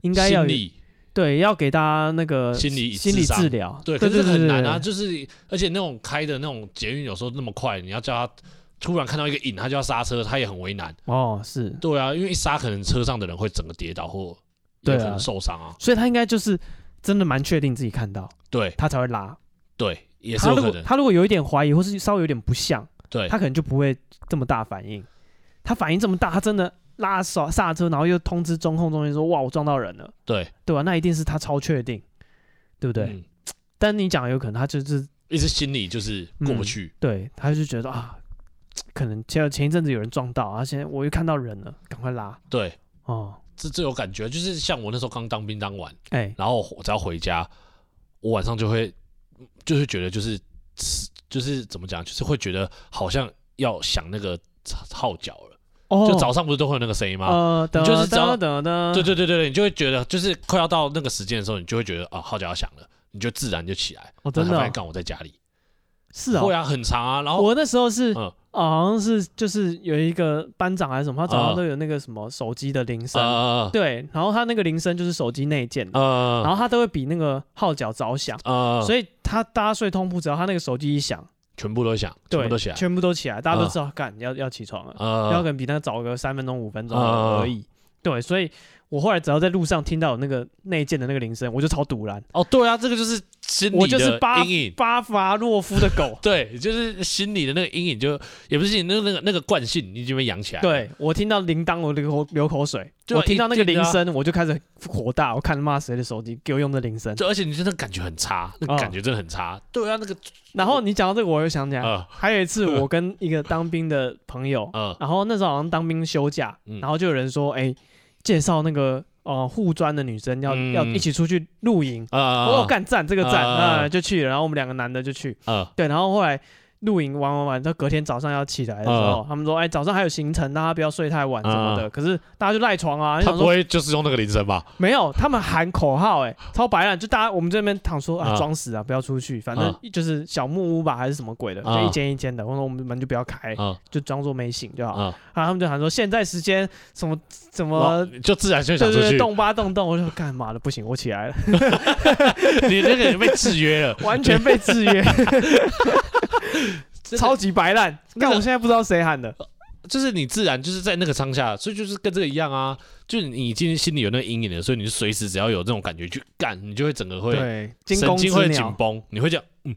S1: 应该要
S2: 心
S1: 有
S2: 理
S1: 对要给大家那个
S2: 心理
S1: 心理
S2: 智商
S1: 治疗，
S2: 对，可
S1: 对
S2: 是这个很难啊，
S1: 对
S2: 就是而且那种开的那种捷运有时候那么快，你要叫他突然看到一个影，他就要刹车，他也很为难。
S1: 对哦是，
S2: 对啊，因为一刹可能车上的人会整个跌倒或
S1: 对
S2: 有
S1: 啊
S2: 可能受伤啊。
S1: 所以他应该就是真的蛮确定自己看到，
S2: 对
S1: 他才会拉。
S2: 对，也是
S1: 他
S2: 有
S1: 如
S2: 可
S1: 果
S2: 能。
S1: 他如果有一点怀疑，或是稍微有点不像。
S2: 对嗯
S1: 他可能就不会这么大反应。他反应这么大，他真的拉刹刹车，然后又通知中控中心说：“哇，我撞到人了，
S2: 对
S1: 对吧、那一定是他超确定，对不对？
S2: 嗯
S1: 但你讲有可能他就是
S2: 一直心里就是过
S1: 嗯
S2: 不去。
S1: 对，他就觉得啊，可能前前一阵子有人撞到，啊，现在我又看到人了，赶快拉
S2: 对，
S1: 哦，
S2: 这这有感觉，就是像我那时候刚当兵当完，
S1: 哎、
S2: 然后我只要回家，我晚上就会就是觉得就是就是怎么讲，就是会觉得好像要响那个号角了。
S1: 哦，嗯
S2: 就早上不是都会有那个声音吗？
S1: 呃，
S2: 你就是只要
S1: 等等，
S2: 对对对对对，你就会觉得就是快要到那个时间的时候，你就会觉得啊号角要响了，你就自然就起来。
S1: 哦，真的
S2: 然后才发
S1: 哦
S2: 现干我在家里，
S1: 是啊、
S2: 会啊，很长啊。然后
S1: 我那时候是、
S2: 嗯
S1: 啊好像是就是有一个班长还是什么，他早上
S2: 嗯
S1: 都有那个什么手机的铃声，
S2: 呃
S1: 对，然后它那个铃声就是手机内建的，然
S2: 呃
S1: 后它都会比那个号角早响，
S2: 呃，
S1: 所
S2: 以
S1: 以他大家睡通铺，只要他那个手机一响，
S2: 全部都响，全
S1: 对
S2: 部都起来。
S1: 全部都起来，大家都
S2: 嗯
S1: 知道干要要起床了，要可
S2: 呃，
S1: 能比那个早个三分钟五分钟
S2: 嗯
S1: 而已。对，所以我后来只要在路上听到有那个内建的那个铃声，我就超堵然，
S2: 哦，对啊，这个就是心
S1: 我
S2: 理
S1: 就是
S2: 的
S1: 巴
S2: 阴影。。
S1: 巴伐洛夫的狗
S2: [laughs] 对，就是心理的那个阴影就，也不是心理那个那个那个惯性，你已经被养起来。，
S1: 对我听到铃铛，我流口流口水；
S2: 对啊
S1: 我听到那个
S2: 一定
S1: 铃
S2: 的啊
S1: 声，我就开始火大。我看他妈谁的手机给我用的铃声。
S2: 就而且你真的感觉很差，那个
S1: 嗯
S2: 感觉真的很差。对啊，那个
S1: 然后你讲到这个，我又想起来，
S2: 呃，
S1: 还有一次，我跟一个当兵的朋友
S2: [laughs] 呃
S1: 然后那时候好像当兵休假，
S2: 嗯
S1: 然后就有人说，哎、介绍那个呃护专的女生要、
S2: 嗯
S1: 要一起出去露营，我
S2: 呃
S1: 哦，干赞这个赞
S2: 啊
S1: 啊、就去了，然后我们两个男的就去，
S2: 呃
S1: 对，然后后来露营玩玩玩，到隔天早上要起来的时候，
S2: 啊
S1: 他们说，哎、早上还有行程，大家不要睡太晚什么的，可是大家就赖床啊，
S2: 他
S1: 想
S2: 啊不
S1: 说
S2: 会就是用那个铃声吧？
S1: 没有，他们喊口号、哎，超白烂，就大家我们这边躺说啊
S2: 啊
S1: 装死啊，不要出去，反正
S2: 啊
S1: 就是小木屋吧还是什么鬼的，
S2: 啊
S1: 就一间一间的，我说我们门就不要开。
S2: 嗯
S1: 就装作没醒哎就好。啊
S2: 嗯，
S1: 然后他们就喊说现在时间什么什么，
S2: 就自然就
S1: 对
S2: 想出
S1: 对对，
S2: 去。
S1: 动吧动动，我就干嘛的不行，我起来了，。
S2: [laughs] 你那个已经被制约了
S1: [laughs] 完全被制
S2: [laughs]
S1: 约，超级白烂。
S2: 那
S1: 但
S2: 个
S1: 我现在不知道谁喊的，
S2: 就是你自然就是在那个当下，所以就是跟这个一样啊，就是你今天心里有那个阴影了，所以你就随时只要有这种感觉去干，你就会整个会
S1: 对，惊
S2: 神
S1: 弓
S2: 经会
S1: 之
S2: 紧
S1: 鸟，
S2: 绷，你会这样，嗯，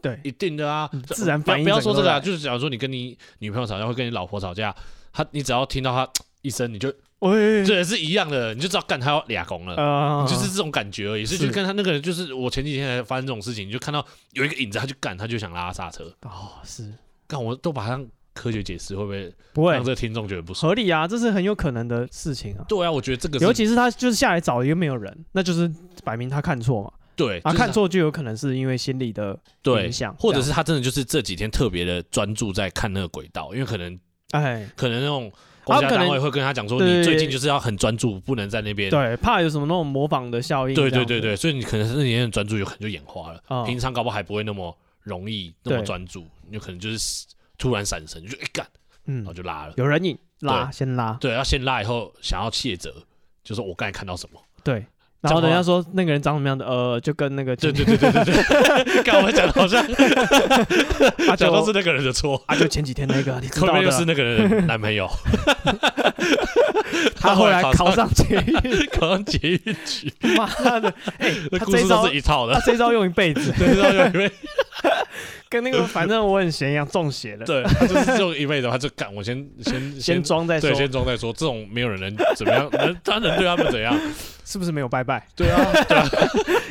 S1: 对
S2: 一定的啊，
S1: 自然
S2: 不要
S1: 反应
S2: 不要
S1: 整
S2: 说
S1: 个
S2: 这个
S1: 来
S2: 啊，就是假如说你跟你女朋友吵架，会跟你老婆吵架，她你只要听到她一声，你就
S1: 嗯喂，
S2: 这也是一样的，你就知道干她要俩拱了。
S1: 呃
S2: 就是这种感觉而已，所以
S1: 是
S2: 就跟他那个人，就是我前几天才发生这种事情，你就看到有一个影子，他就干，他就想拉刹车，
S1: 哦，是
S2: 干我都把它当科学解释，会不会
S1: 不会
S2: 让这个听众觉得不舒服？
S1: 合理啊，这是很有可能的事情啊。
S2: 对啊，我觉得这个是
S1: 尤其是他就是下来找又没有人，那就是摆明他看错嘛，
S2: 对
S1: 啊，
S2: 哎就是
S1: 看
S2: 他
S1: 错就有可能是因为心理的
S2: 对
S1: 影响
S2: 或
S1: 这
S2: 者
S1: 样
S2: 是他真的就是这几天特别的专注在看那个轨道，因为可能
S1: 哎，
S2: 可能那种国
S1: 他
S2: 家
S1: 可能
S2: 单位会跟他讲说，
S1: 对
S2: 你最近就是要很专注，不能在那边。
S1: 对，怕有什么那种模仿的效应。
S2: 对
S1: 这
S2: 对
S1: 样子
S2: 对对，所以你可能是那年很专注，有可能就眼花了。
S1: 哦
S2: 平常搞不好还不会那么容易那么
S1: 对
S2: 专注，有可能就是突然闪神，就一干，然后
S1: 嗯，
S2: 就拉了。
S1: 有人影拉
S2: 对
S1: 先拉，
S2: 对，要先拉以后想要卸责，就是我刚才看到什么。
S1: 对。
S2: 这
S1: 然
S2: 样
S1: 后人家
S2: 的话
S1: 说那个人长什么样的，呃，就跟那个
S2: 对对对对对 [laughs] 对，刚我讲的好像
S1: [laughs] 啊
S2: 讲到
S1: 就是
S2: 那个人的错，
S1: 啊就前几天那
S2: [laughs]
S1: 个，你知
S2: 后
S1: 道
S2: 面又是
S1: 的，
S2: 那个人的男朋友，
S1: [laughs] 他后
S2: 后
S1: 来
S2: 来考
S1: 考上
S2: 上
S1: 监狱，
S2: [laughs] 考上捷运局，
S1: [laughs] 妈
S2: [laughs]
S1: 的，哎，
S2: 那
S1: 他
S2: 故
S1: 这一
S2: 事
S1: 招
S2: 都是一套
S1: [laughs]
S2: 的
S1: 他。这一招用一辈子，
S2: 对，然后就因为
S1: 跟那个反正我很闲一样中邪了，
S2: 对，他就是这种一辈子，他就干，我先先
S1: 先装再说
S2: 对，，先装再说。这种没有人能怎么 [laughs] 样，能他能对他们怎样？
S1: 是不是没有拜拜？
S2: 对啊，对啊，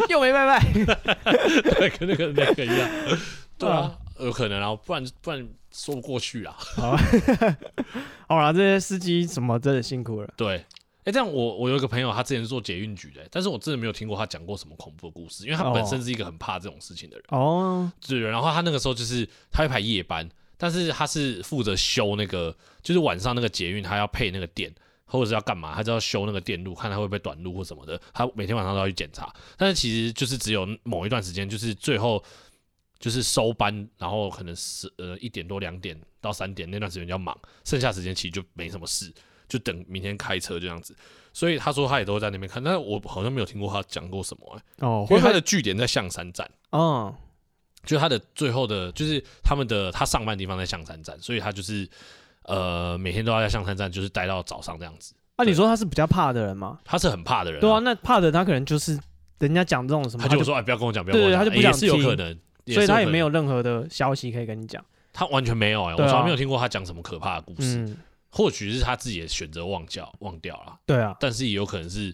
S1: 又没拜拜，
S2: 对，跟那个那个一 [laughs] 样，对啊，有可能啊，不然不然说不过去啊。
S1: 好，好啦，这些司机什么真的辛苦了，
S2: 对，哎，这样我我有一个朋友，他之前是做捷运局的，但是我真的没有听过他讲过什么恐怖的故事，因为他本身是一个很怕这种事情的人。
S1: 哦，
S2: 对，然后他那个时候就是他会排夜班，但是他是负责修那个，就是晚上那个捷运，他要配那个电。或者是要干嘛？他就要修那个电路，看他会不会短路或什么的。他每天晚上都要去检查，但是其实就是只有某一段时间，就是最后就是收班，然后可能是呃一点多两点到三点那段时间比较忙，剩下时间其实就没什么事，就等明天开车这样子。所以他说他也都会在那边看，但是我好像没有听过他讲过什么、欸，
S1: 哦，
S2: 因
S1: 会
S2: 为
S1: 不会？
S2: 他的据点在象山站。
S1: 哦，
S2: 就他的最后的，就是他们的他上班地方在象山站，所以他就是呃每天都要在象山站，就是待到早上这样子。
S1: 啊，你说他是比较怕的人吗？
S2: 他是很怕的人、
S1: 对啊，，那怕的他可能就是人家讲这种什么，
S2: 他
S1: 他
S2: 就
S1: 就
S2: 说哎不要跟我讲，不要
S1: 对
S2: 跟我讲，
S1: 他就不想
S2: 哎也是有
S1: 听
S2: 可能，
S1: 所以他也没
S2: 有
S1: 有任何的消息可以跟你讲。
S2: 可能，他完全没有哎、
S1: 对啊
S2: 我从来没有听过他讲什么可怕的故事，
S1: 嗯，
S2: 或许是他自己也选择忘掉忘掉了，
S1: 对啊，
S2: 但是也有可能是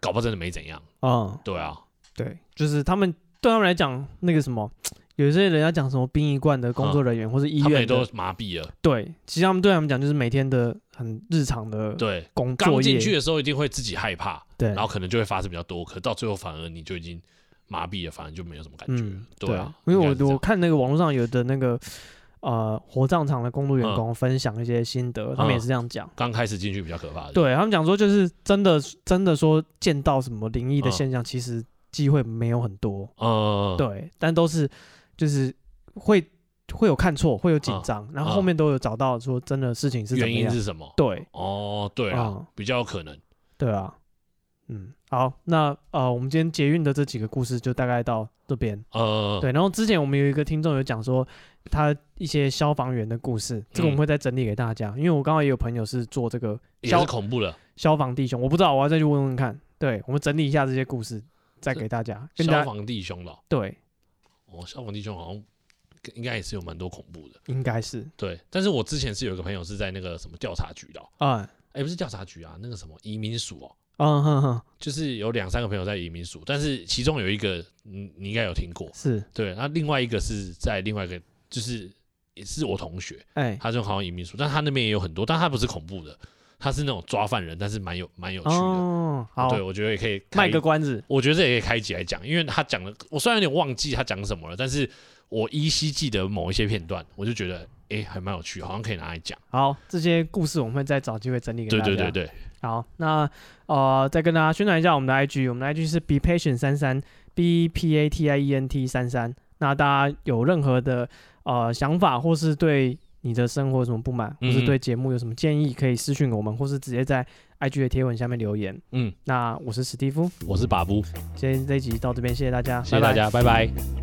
S2: 搞不好真的没怎样，
S1: 嗯，
S2: 对啊，
S1: 对，就是他们对他们来讲，那个什么，有一些人家讲什么殡仪馆的工作人员、或是医
S2: 啊他们也
S1: 院
S2: 都
S1: 的，
S2: 麻痹了，
S1: 对，其实他们对他们讲就是每天的很日常的
S2: 对。
S1: 工作
S2: 刚进
S1: 业，
S2: 去的时候一定会自己害怕，
S1: 对，
S2: 然后可能就会发生比较多，可到最后反而你就已经麻痹了，反而就没有什么感觉。
S1: 嗯，
S2: 对
S1: 啊
S2: 啊，，
S1: 因为
S2: 应该是这
S1: 我
S2: 样
S1: 我看那个网络上有的那个呃火葬场的工作
S2: 嗯
S1: 员工分享一些心得，他们也是这样讲。
S2: 刚开始进去比较可怕的。
S1: 对他们讲说，就是真的真的说见到什么灵异的现象，其实机会没有很多，
S2: 嗯，
S1: 对，但都是就是会会有看错，会有紧张，然后后面都有找到说真的事情是怎
S2: 嗯原
S1: 么
S2: 因
S1: 样，
S2: 是什么？
S1: 对，
S2: 哦，对啊，
S1: 嗯
S2: 比较有可能。
S1: 对啊，嗯，好，那呃，我们今天捷运的这几个故事就大概到这边。
S2: 呃，
S1: 对，然后之前我们有一个听众有讲说他一些消防员的故事，这个我们
S2: 嗯
S1: 会再整理给大家，因为我刚好也有朋友是做这个
S2: 也
S1: 消
S2: 是恐怖的。
S1: 消防弟兄，我不知道，我要再去问问看。对，我们整理一下这些故事，再给大家跟大
S2: 消
S1: 家
S2: 防弟兄了，
S1: 对，
S2: 哦，消防弟兄好像应该也是有蛮多恐怖的。
S1: 应该是
S2: 对，但是我之前是有一个朋友是在那个什么调查局的哦，
S1: 啊，
S2: 哎，不是调查局啊，那个什么移民署哦，
S1: 嗯哼哼，
S2: 就是有两三个朋友在移民署，但是其中有一个，嗯你你应该有听过，
S1: 是，
S2: 对，那另外一个是在另外一个，就是也是我同学，
S1: 哎，
S2: 他就好像移民署，但他那边也有很多，但他不是恐怖的，他是那种抓犯人，但是蛮有蛮有趣的。
S1: 哦，好，
S2: 对，我觉得也可以开
S1: 卖个，关子，
S2: 我觉得这也可以开集来讲，因为他讲的，我虽然有点忘记他讲什么了，但是我依稀记得某一些片段，我就觉得哎、诶还蛮有趣，好像可以拿来讲。
S1: 好，这些故事我们会再找机会整理给
S2: 对
S1: 大家。
S2: 对对对，
S1: 好，那呃，再跟大家宣传一下我们的 IG，我们的 IG 是 be patient 三三 b p a t i e n t 三三。那大家有任何的呃想法，或是对你的生活有什么不满，或是
S2: 嗯
S1: 对节目有什么建议，可以私讯我们，或是直接在 IG 的贴文下面留言。
S2: 嗯，
S1: 那我是史蒂夫，
S2: 我是把布，
S1: 今天这一集到这边，谢谢大家，
S2: 谢谢
S1: 拜
S2: 大
S1: 拜
S2: 家，拜拜